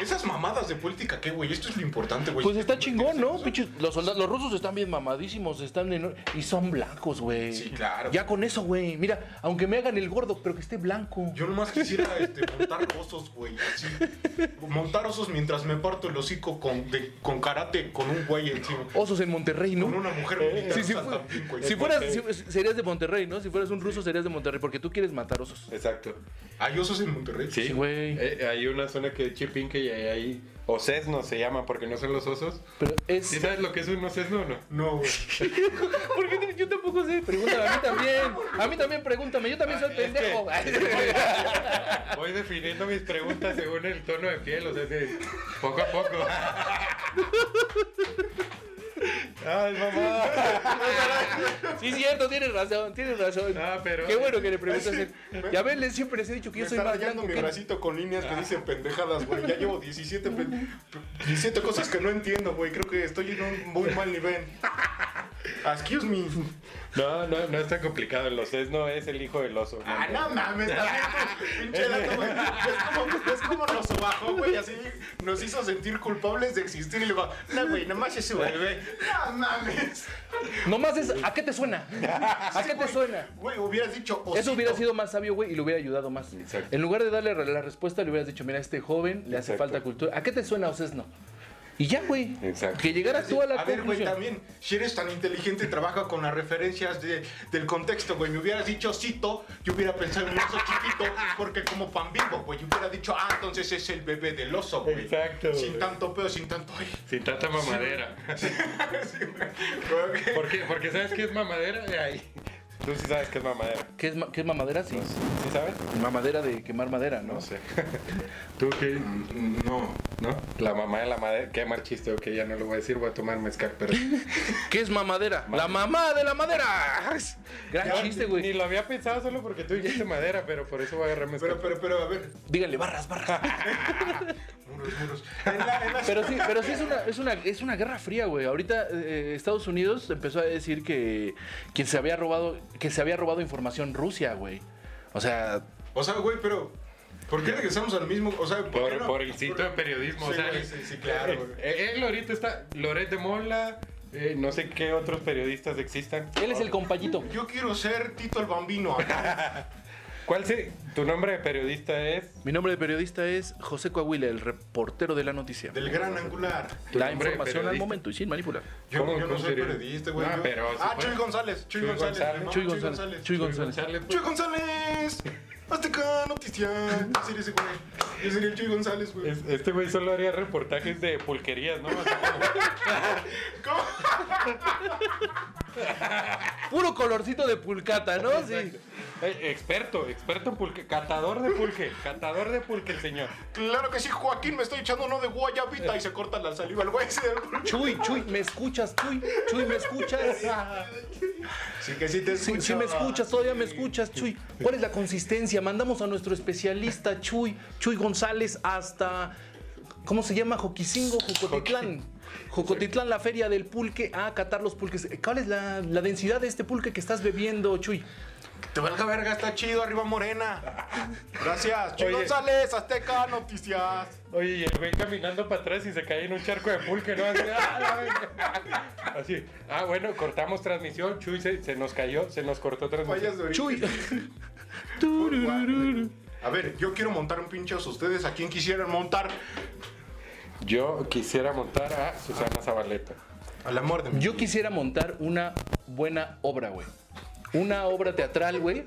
G: Esas mamadas de política, ¿qué, güey? Esto es lo importante, güey.
E: Pues está chingón, ¿no? Pinches- los, soldados, los rusos están bien mamadísimos, están en- y son blancos, güey.
G: Sí, claro.
E: Ya con eso, güey. Mira, aunque me hagan el gordo, pero que esté blanco.
G: Yo nomás quisiera este, montar osos, güey. Así. Montar osos mientras me parto el hocico con, de- con karate con un güey encima.
E: Osos en Monterrey, ¿no?
G: Con una mujer militar.
E: Eh, Sí, sí,
G: hasta
E: fue-
G: Tampico, güey.
E: si fueras, si- serías de Monterrey, ¿no? Si fueras un ruso, serías de Monterrey, porque tú quieres matar osos.
F: Exacto.
G: Hay osos en Monterrey.
E: Sí, güey.
F: Eh, hay una zona que es Chipinque y hay, hay o sesno se llama porque no son los osos.
E: Pero es.
F: ¿Sí sabes lo que es un sesno o no?
G: No, güey.
E: ¿Por qué te- yo tampoco sé? Pregúntame a mí también. A mí también pregúntame, yo
G: Ah,
E: también soy pendejo.
F: Voy definiendo mis preguntas según el tono de piel, o sea, que poco a poco. Ay, mamá.
E: Sí, cierto, tienes razón, tienes razón.
F: Ah, pero-
E: Qué bueno que le preguntas. Ya ven, les- siempre les he dicho que
G: Me
E: yo soy
G: está
E: más
G: rayando
E: blanco
G: mi
E: que...
G: bracito con líneas que dicen pendejadas, güey. Ya llevo 17, pen- 17 cosas que no entiendo, güey. Creo que estoy en un muy mal nivel. Excuse me.
F: No, no, no es tan complicado. El sesno es el hijo del oso.
G: Ah, no mames, también, pinche dato, güey. Es como, es como nos bajó, güey. Así nos hizo sentir culpables de existir. Y luego, no, güey, nomás es su bebé. No mames.
E: Nomás es, ¿a qué te suena? ¿A qué te suena?
G: Güey, hubieras dicho
E: Eso
G: osito.
E: hubiera sido más sabio, güey, y le hubiera ayudado más.
F: Exacto.
E: En lugar de darle re- la respuesta, le hubieras dicho, mira, a este joven le hace
F: Exacto.
E: falta cultura. ¿A qué te suena Ocesno? Y ya, güey.
F: Exacto.
E: Que llegaras tú a la
G: a ver, güey,
E: conclusión.
G: también, si eres tan inteligente, trabaja con las referencias de- del contexto, güey. Me hubieras dicho cito, yo hubiera pensado en un oso chiquito, porque como pan bimbo, güey, yo hubiera dicho, ah, entonces es el bebé del oso, güey.
F: Exacto,
G: Sin
F: güey.
G: tanto pedo, sin tanto. Ay,
F: Sin tanta mamadera.
G: sí, güey. Güey,
F: ¿Por qué? Porque sabes qué es mamadera. Ay, Tú sí sabes qué es mamadera.
E: ¿Qué es, ma- qué es mamadera? Sí.
F: ¿Sí sabes?
E: Mamadera de quemar madera, ¿no?
F: No sé. ¿Tú qué? No. ¿No? La mamá de la madera. Qué mal chiste, ok, ya no lo voy a decir, voy a tomar mezcal, pero.
E: ¿Qué es mamadera? ¡La mamá de la madera! Gran
F: Ya,
E: chiste,
F: Ni
E: güey.
F: lo había pensado solo porque tú dijiste madera, pero por eso voy a agarrar mezcal.
G: Pero, pero, pero, a ver,
E: Díganle barras, barras.
G: muros, muros. En la- en la-
E: Pero sí, pero sí es una, es una, es una guerra fría, güey. Ahorita eh, Estados Unidos empezó a decir que quien se había robado, que se había robado información Rusia, güey. O sea,
G: O sea, güey, pero. ¿Por qué regresamos al mismo? O sea,
F: Por,
G: qué no?
F: por el sitio de periodismo,
G: Sí,
F: o sea.
G: güey, sí, sí, claro, güey.
F: eh, Él ahorita está. Loret de Mola, eh, no sé qué otros periodistas existan.
E: él es el compayito.
G: Yo quiero ser Tito el Bambino.
F: ¿Cuál se, tu nombre de periodista es?
E: Mi nombre de periodista es José Coahuila, el reportero de la noticia.
G: Del gran angular.
F: tu
E: La
F: nombre de
E: información al
F: periodista.
E: momento y sin manipular.
G: Yo,
F: ¿Cómo-
G: yo no
F: cómo
G: soy
F: sería?
G: periodista, güey.
F: No,
G: yo-
F: pero
G: ah, Chuy
F: se puede.
G: González. Chuy,
F: Chuy
G: González.
F: González.
G: ¿no?
E: Chuy González. Chuy González.
F: González, pues.
G: Chuy González. Azteca Noticias. Yo sería ese güey. Yo sería el Chuy González, güey.
F: Es- Este güey solo haría reportajes de pulquerías, ¿no? O sea,
G: ¿Cómo?
E: Puro colorcito de pulcata, ¿no? Sí.
F: eh, experto, experto en pulque, catador de pulque, catador de pulque el señor.
G: Claro que sí, Joaquín. Me estoy echando uno de guayabita y se corta la saliva al güey. ese del-
E: Chuy, Chuy, ¿me escuchas, Chuy? Chuy, ¿me escuchas?
G: Sí, que sí te
E: Si,
G: escucho.
E: me escuchas, todavía me escuchas, Chuy. ¿Cuál es la consistencia? Mandamos a nuestro especialista, Chuy, Chuy González, hasta. ¿Cómo se llama? Joquicingo, Jocotitlán. Jocotitlán, la feria del pulque, a catar los pulques. ¿Cuál es la, la densidad de este pulque que estás bebiendo, Chuy?
G: Te valga verga, está chido. Arriba Morena. Gracias. Chuy
F: Oye.
G: González, Azteca Noticias.
F: Oye, y el güey caminando para atrás y se cae en un charco de pulque, ¿no? Así, ah, la verga. Así. Ah, bueno, cortamos transmisión, Chuy se, se nos cayó, se nos cortó
G: Fallas
F: transmisión.
G: de origen.
E: Chuy.
G: A ver, yo quiero montar un pinche oso. ¿Ustedes a quién quisieran montar?
F: Yo quisiera montar a Susana Zabaleta.
G: Al amor de mi
E: Yo quisiera montar una buena obra, güey. Una obra teatral, güey.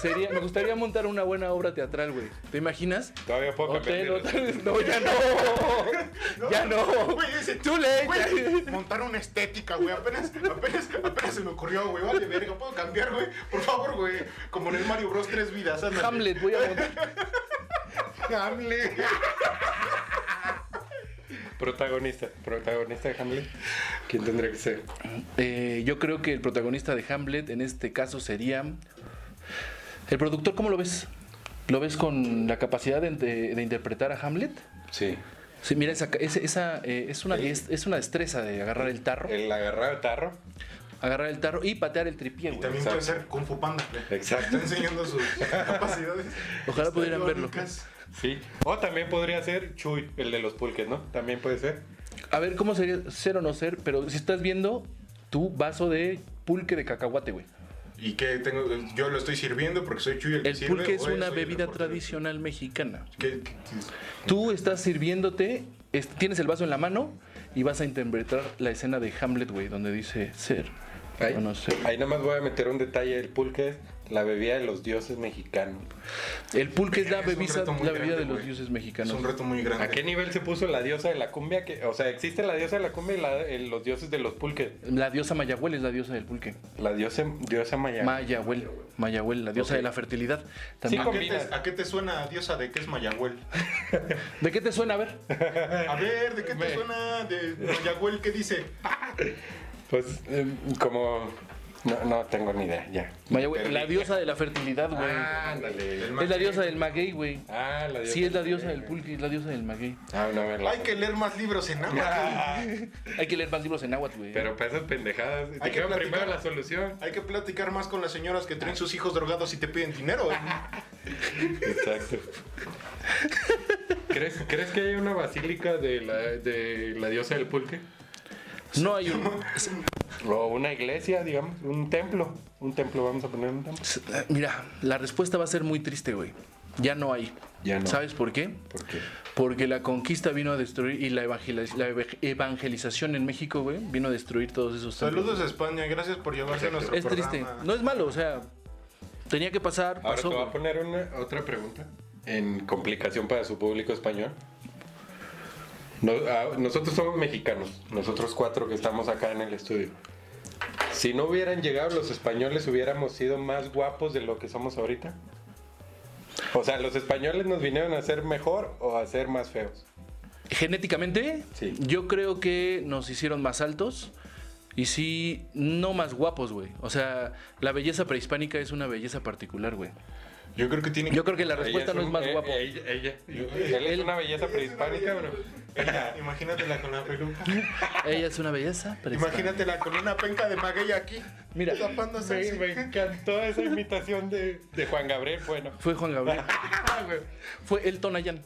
E: Sería, me gustaría montar una buena obra teatral, güey. ¿Te imaginas?
F: Todavía puedo
E: Hotel,
F: cambiar. de-
E: hotel- No, ya no. Ya no.
G: Güey, ese-
E: Too late.
G: Güey, montar una estética, güey. Apenas, apenas, apenas se me ocurrió, güey. Vale, verga, puedo cambiar, güey. Por favor, güey. Como en el Mario Bros. Tres vidas. ándale.
E: Hamlet, voy a montar.
G: Hamlet.
F: Protagonista, protagonista de Hamlet. ¿Quién tendría que ser?
E: Eh, yo creo que el protagonista de Hamlet en este caso sería. El productor, ¿cómo lo ves? ¿Lo ves con la capacidad de, de- de interpretar a Hamlet?
F: Sí.
E: Sí, mira, esa, ese- esa, eh, es, una, es, es una destreza de agarrar el tarro.
F: El agarrado de tarro.
E: Agarrar el tarro y patear el tripié,
G: Y
E: güey.
G: también puede ser Kung Fu Panda.
F: Exacto.
G: Está enseñando sus capacidades.
E: Ojalá pudieran verlo.
G: histriónicas.
F: Sí. O también podría ser Chuy, el de los pulques, ¿no? También puede ser.
E: A ver, ¿cómo sería ser o no ser? Pero si estás viendo tu vaso de pulque de cacahuate, güey.
G: ¿Y qué tengo? Yo lo estoy sirviendo porque soy Chuy el que
E: El
G: sirve,
E: pulque es
G: o soy
E: una
G: el
E: bebida
G: reportero.
E: tradicional mexicana.
G: ¿Qué- qué-
E: Tú estás sirviéndote, es- tienes el vaso en la mano y vas a interpretar la escena de Hamlet, güey, donde dice ser
F: Ahí,
E: o no ser.
F: ahí nada más voy a meter un detalle. El pulque es la bebida de los dioses mexicanos.
E: El pulque es la,
G: Es un
E: bebida,
G: reto muy
E: la bebida
G: grande,
E: de los
G: güey.
E: dioses
G: Es
E: mexicanos.
G: un reto muy grande.
F: ¿A qué nivel se puso la diosa de la cumbia? Que, o sea, existe la diosa de la cumbia y la- el- los dioses de los pulques.
E: La diosa Mayahuel es la diosa del pulque.
F: La diosa, diosa maya.
E: Mayahuel, Mayahuel, la diosa de la fertilidad. También.
G: ¿A qué,
F: combinas?
G: te, a qué te suena, diosa, de qué es Mayagüel?
E: ¿De qué te suena? A ver.
G: A ver, ¿de qué
F: Ve.
G: te suena de Mayagüel? ¿Qué dice?
F: Pues em, como... No, no tengo ni idea, ya.
E: Mayahuel, la diosa de la fertilidad, güey.
F: ándale.
E: Ah, es la diosa del maguey, güey.
F: Ah, la diosa.
E: Sí, es la diosa del pulque, es la diosa del maguey.
F: Ah, no, me la-
G: Hay que leer más libros en Amazon.
F: Ah,
E: Hay que leer más libros en náhuatl, güey.
F: pero para esas pendejadas. Te
G: que
F: creo
G: platicar.
F: primero la solución.
G: Hay que platicar más con las señoras que traen sus hijos drogados y te piden dinero. ¿eh?
F: Exacto. ¿Crees, ¿Crees que hay una basílica de la, de la diosa del pulque?
E: No hay un...
F: O una iglesia, digamos. Un templo. Un templo, vamos a poner un templo.
E: Mira, la respuesta va a ser muy triste, güey. Ya no hay.
F: Ya no.
E: ¿Sabes por qué?
F: ¿Por qué?
E: Porque la conquista vino a destruir y la, evangeliz- la eva- evangelización en México, güey, vino a destruir todos esos templos.
G: Saludos a España, gracias por llevarse a nuestro
E: Es
G: programa.
E: triste. No es malo, o sea, tenía que pasar,
F: Ahora
E: pasó.
F: te voy a
E: güey.
F: poner una, otra pregunta en complicación para su público español. No- ah, nosotros somos mexicanos, nosotros cuatro que estamos acá en el estudio. Si no hubieran llegado los españoles, hubiéramos sido más guapos de lo que somos ahorita. O sea, los españoles nos vinieron a hacer mejor o a ser más feos.
E: Genéticamente,
F: Sí.
E: yo creo que nos hicieron más altos y sí, no más guapos, güey. O sea, la belleza prehispánica es una belleza particular, güey.
G: Yo creo que tiene
E: Yo creo que la
F: Ella
E: respuesta no es
F: un-
E: más
F: eh,
E: guapo.
F: Ella, ella- él es
E: Él-
F: una belleza prehispánica, ¿o no?
G: Ella, Imagínatela con la peluca.
E: Ella es una belleza prehispánica.
G: Imagínatela con una penca de maguey aquí.
E: Mira,
G: tapándose
F: Me,
G: así.
F: me encantó esa imitación de, de Juan Gabriel, bueno.
E: Fue Juan Gabriel. Ah, Fue el Tonayán.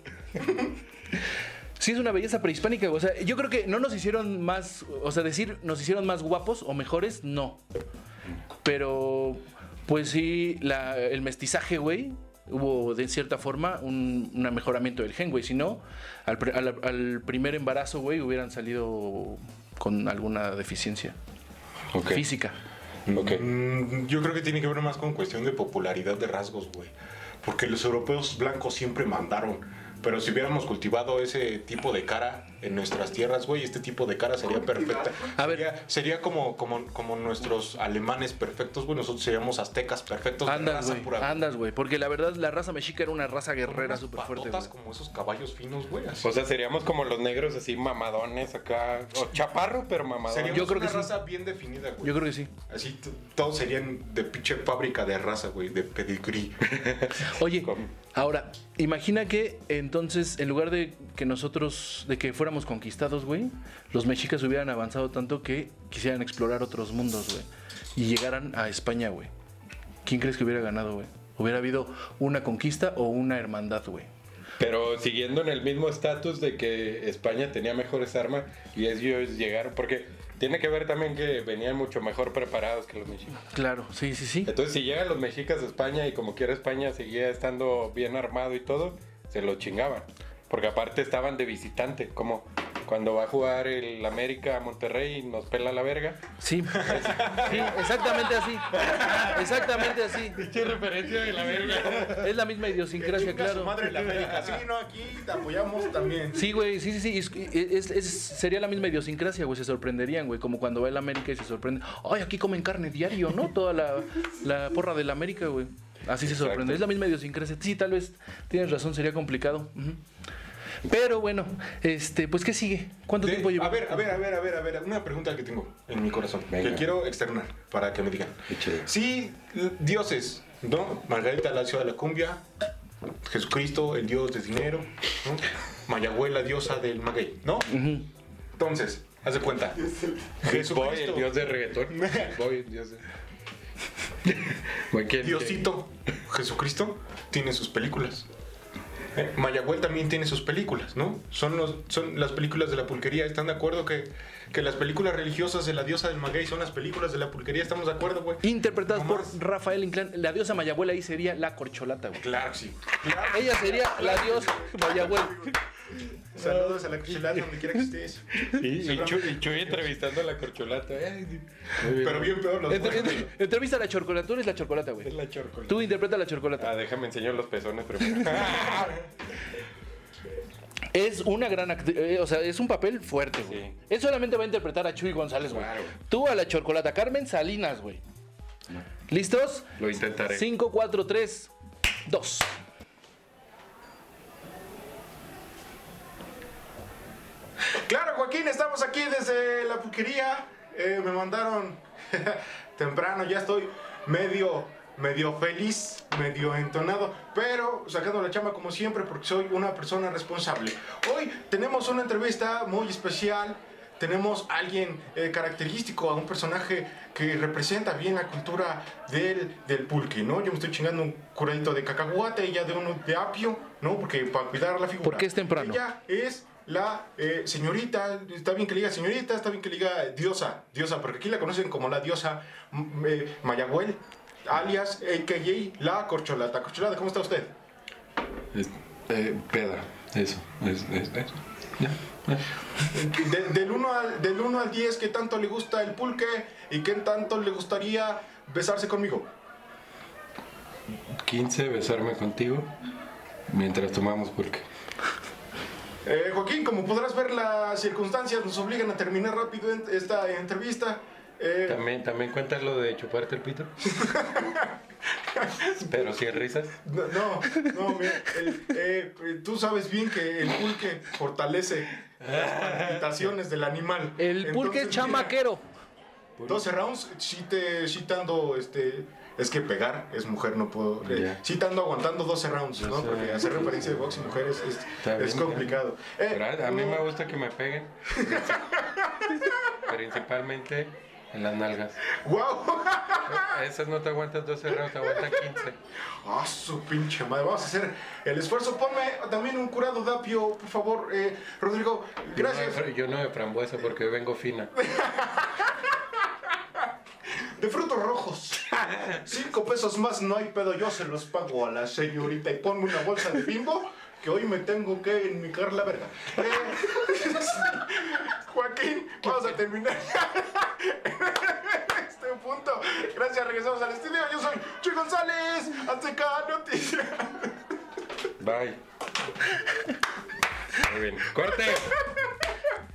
E: Sí, es una belleza prehispánica. güey. O sea, yo creo que no nos hicieron más. O sea, decir nos hicieron más guapos o mejores, no. Pero, pues sí, la- el mestizaje, güey. Hubo de cierta forma un, un mejoramiento del gen, güey. Si no, al, pr- al- al primer embarazo, güey, hubieran salido con alguna deficiencia
F: Ok.
E: física.
F: Ok.
G: Mm, Yo creo que tiene que ver más con cuestión de popularidad de rasgos, güey. Porque los europeos blancos siempre mandaron. Pero si hubiéramos cultivado ese tipo de cara en nuestras tierras, güey, este tipo de cara sería perfecta.
E: A ver.
G: Sería, sería como, como, como nuestros alemanes perfectos, güey. Nosotros seríamos aztecas perfectos de
E: Andas,
G: raza
E: güey.
G: pura.
E: Andas, güey. Porque la verdad, la raza mexica era una raza
G: Con
E: guerrera
G: unas
E: súper fuerte, güey. Pues,
G: patotas como esos caballos finos, güey. así.
F: O sea, seríamos como los negros así mamadones acá. O chaparro, pero mamadón.
G: Seríamos
E: yo creo
G: una
E: que sí.
G: raza bien definida, güey.
E: Yo creo que sí.
G: Así t- todos serían de pinche fábrica de raza, güey, de pedigrí.
E: Oye, ahora, imagina que entonces, en lugar de que nosotros, de que fuéramos conquistados, güey, los mexicas hubieran avanzado tanto que quisieran explorar otros mundos, güey, y llegaran a España, güey. ¿Quién crees que hubiera ganado, güey? ¿Hubiera habido una conquista o una hermandad, güey?
F: Pero siguiendo en el mismo estatus de que España tenía mejores armas y ellos llegaron. Porque tiene que ver también que venían mucho mejor preparados que los mexicas.
E: Claro, sí, sí, sí.
F: Entonces, si llegan los mexicas a España y como quiera España seguía estando bien armado y todo, se lo chingaban. Porque aparte estaban de visitante, como cuando va a jugar el América a Monterrey y nos pela la verga.
E: Sí, sí, exactamente así. Exactamente así.
F: Qué referencia de la verga.
E: Es la misma idiosincrasia,
G: Chinga
E: claro.
G: su madre la América. Sí, no, aquí te apoyamos también.
E: Sí, güey, sí, sí, sí. es- es- es- sería la misma idiosincrasia, güey. Se sorprenderían, güey. Como cuando va el América y se sorprende. Ay, aquí comen carne diario, ¿no? Toda la, la porra del América, güey. Así se sorprende.
F: Exacto.
E: Es la misma idiosincrasia. Sí, tal vez tienes razón, sería complicado. Ujú. Pero bueno, este, pues ¿qué sigue? ¿Cuánto
G: De-
E: tiempo lleva?
G: a ver, a ver, a ver, a ver, a ver, una pregunta que tengo en mi corazón,
F: Venga.
G: que quiero externar para que me digan.
F: chido.
G: Sí, l- dioses, ¿no? Margarita la ciudad de la cumbia, Jesucristo, el dios del dinero, ¿no? Mayagüe, la diosa del maguey, ¿no? Entonces, haz de cuenta.
F: Boy,
G: Jesucristo,
F: el dios de reggaetón. Big Boy, el dios de. Güey, ¿quién-
G: Diosito, Jesucristo, tiene sus películas. Eh, Mayagüel también tiene sus películas, ¿no? Son, los, son las películas de la pulquería. ¿Están de acuerdo que, que las películas religiosas de la diosa del maguey son las películas de la pulquería? ¿Estamos de acuerdo, güey?
E: Interpretadas por
G: Nomás.
E: Rafael Inclán. La diosa Mayabuela ahí sería la corcholata, güey.
G: Claro, que sí. Claro.
E: Ella sería la diosa Mayabuela.
G: Saludos a la cuchelada donde quiera que estés.
F: Y, y, Chu- y Chuy entrevistando a la corcholata. Ay, muy bien.
G: Pero bien peor los
E: Entre-
G: muertos.
E: entre- Entrevista a la chorcolata. Tú eres la chorcolata,
F: Es
E: güey.
F: la chorcolata.
E: Tú interpreta a la chorcolata.
F: Ah, déjame enseñar los pezones primero.
E: Es una gran actriz, eh, o sea, es un papel fuerte, güey.
F: Sí.
E: Él solamente va a interpretar a Chuy González, güey.
F: Claro.
E: Tú a la Chocolata Carmen Salinas, güey. ¿Listos?
F: Lo intentaré.
E: 5, 4, 3, 2.
G: Claro, Joaquín, estamos aquí desde la pulquería. Eh, me mandaron temprano, ya estoy medio, medio feliz, medio entonado, pero sacando la chamba como siempre porque soy una persona responsable. Hoy tenemos una entrevista muy especial. Tenemos a alguien eh, característico, a un personaje que representa bien la cultura del, del pulque, ¿no? Yo me estoy chingando un curadito de cacahuate y ya de uno de apio, ¿no? Porque para cuidar la figura.
E: ¿Por qué es temprano?
G: Ella es la eh, señorita, está bien que le diga señorita, está bien que le diga diosa, diosa, porque aquí la conocen como la diosa mm, eh, Mayagüel, alias AKJ, la corcholata. Corcholata, ¿cómo está usted?
F: Es- eh, peda. Eso. Es, es- eso. Ya.
G: De- del 1 al, del uno al 10, ¿qué tanto le gusta el pulque y qué tanto le gustaría besarse conmigo?
F: 15, besarme contigo mientras tomamos pulque.
G: Eh, Joaquín, como podrás ver, las circunstancias nos obligan a terminar rápido en- esta entrevista. Eh,
F: También, también cuentas lo de chuparte el pito. Pero sin risas.
G: No, no, no, mira, el- eh, eh, tú sabes bien que el pulque fortalece las palpitaciones del animal.
E: El pulque
G: Entonces,
E: es
G: mira,
E: chamaquero.
G: 12 rounds, si te, si te ando, este, es que pegar es mujer, no puedo, eh,
F: Ya.
G: si te ando aguantando 12 rounds, ¿no?
F: sé.
G: Porque hacer referencia de box y mujeres es,
F: Está
G: es
F: bien,
G: complicado. Eh,
F: Pero a, a mí
G: no,
F: me gusta que me peguen. Principalmente en las nalgas.
G: ¡Guau!
F: A esas no te aguantas 12 rounds, te aguantan 15.
G: ¡Ah, su pinche madre! Vamos a hacer el esfuerzo. Ponme también un curado de apio, por favor, eh, Rodrigo. Gracias.
F: Yo no, de fr- yo no de frambuesa porque hoy vengo fina.
G: De frutos rojos. Cinco pesos más no hay pedo, yo se los pago a la señorita y ponme una bolsa de bimbo que hoy me tengo que enmicar la verga. Eh, Joaquín, vamos a terminar este punto. Gracias, regresamos al estudio. Yo soy Chuy González, Azteca Noticias.
F: Bye. Muy bien. ¡Corte!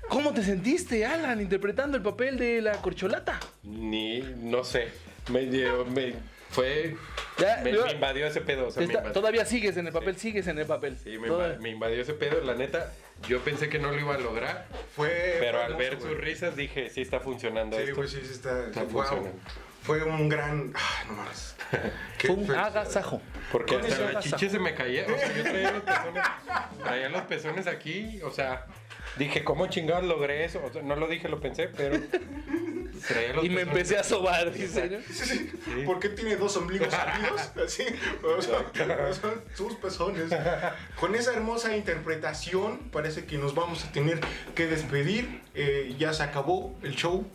E: ¿Cómo te sentiste, Alan, interpretando el papel de la corcholata?
F: Ni, no sé. Me, dio- me fue.
E: Ya,
F: me,
E: yo-
F: me invadió ese pedo. o sea, me
E: Está-
F: invadió.
E: todavía sigues en el papel, sigues en el papel.
F: Sí, me,
E: Todavía-
F: inva- me invadió ese pedo. La neta, yo pensé que no lo iba a lograr.
G: Fue.
F: Pero al ver sus risas dije, sí está funcionando
G: Sí,
F: esto.
G: güey, sí, sí, está.
F: Está
G: wow.
F: funcionando.
G: Fue un gran. Ah, no mames. Qué
E: Fue un
G: felicidad.
E: agasajo.
F: Porque
E: Con eso
F: hasta la
E: pasa.
F: chiche se me caía. O sea, yo traía los pezones, traía los pezones aquí. O sea, dije, ¿cómo chingados logré eso? O sea, no lo dije, lo pensé, pero traía los
E: Y me
F: pezones.
E: empecé a sobar, dice. ¿no?
G: ¿Por qué tiene dos ombligos salidos? Así, o sea, son sus pezones. Con esa hermosa interpretación, parece que nos vamos a tener que despedir. Eh, ya se acabó el show.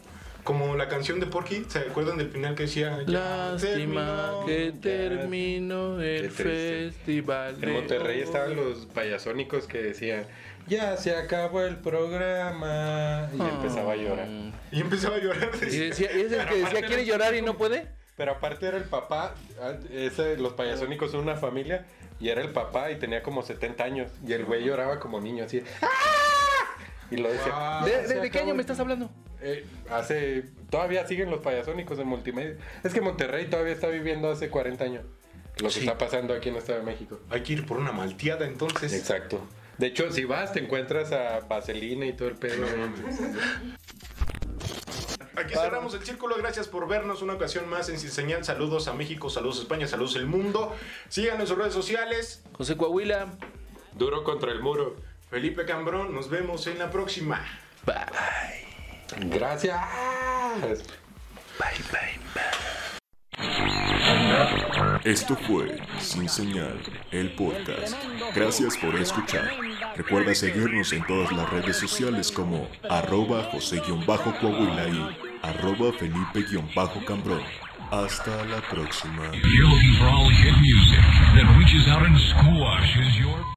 G: Como la canción de Porky, ¿se acuerdan del final que decía? "Ya
E: Lástima
G: terminó"?
E: que terminó el
F: triste.
E: festival.
F: En
E: de
F: Monterrey
E: hoy.
F: estaban los payasónicos que decían, ya se acabó el programa. Y empezaba a llorar.
E: Mm.
G: Y empezaba a llorar.
E: Y decía, ¿y es el que decía quiere llorar y no puede?
F: Pero aparte era el papá, ah, ese, los payasónicos son una familia, y era el papá y tenía como 70 años. Y el güey lloraba como niño, así. ¡Ah! Y lo decía.
G: Wow.
E: ¿De,
F: "Ya
E: de-
F: se
E: de qué
F: acabó
E: año me
F: el-
E: estás hablando?
F: Eh, hace. Todavía siguen los payasónicos en multimedia. Es que Monterrey todavía está viviendo hace 40 años. Lo que
E: Sí.
F: está pasando aquí en el Estado de México.
G: Hay que ir por una malteada entonces.
F: Exacto. De hecho, si vas, te encuentras a Vaselina y todo el pedo.
G: Aquí cerramos el círculo. Gracias por vernos una ocasión más en Sin Señal. Saludos a México, saludos a España, saludos al mundo. Síganos en sus redes sociales.
E: José Coahuila.
F: Duro contra el muro.
G: Felipe Cambrón, nos vemos en la próxima.
F: Gracias.
E: Bye, bye, bye.
B: Esto fue Sin Señal, el podcast. Gracias por escuchar. Recuerda seguirnos en todas las redes sociales como arroba José-Coahuila y arroba Felipe-Cambrón. Hasta la próxima.
C: You're looking for all hit music that reaches out and squashes your...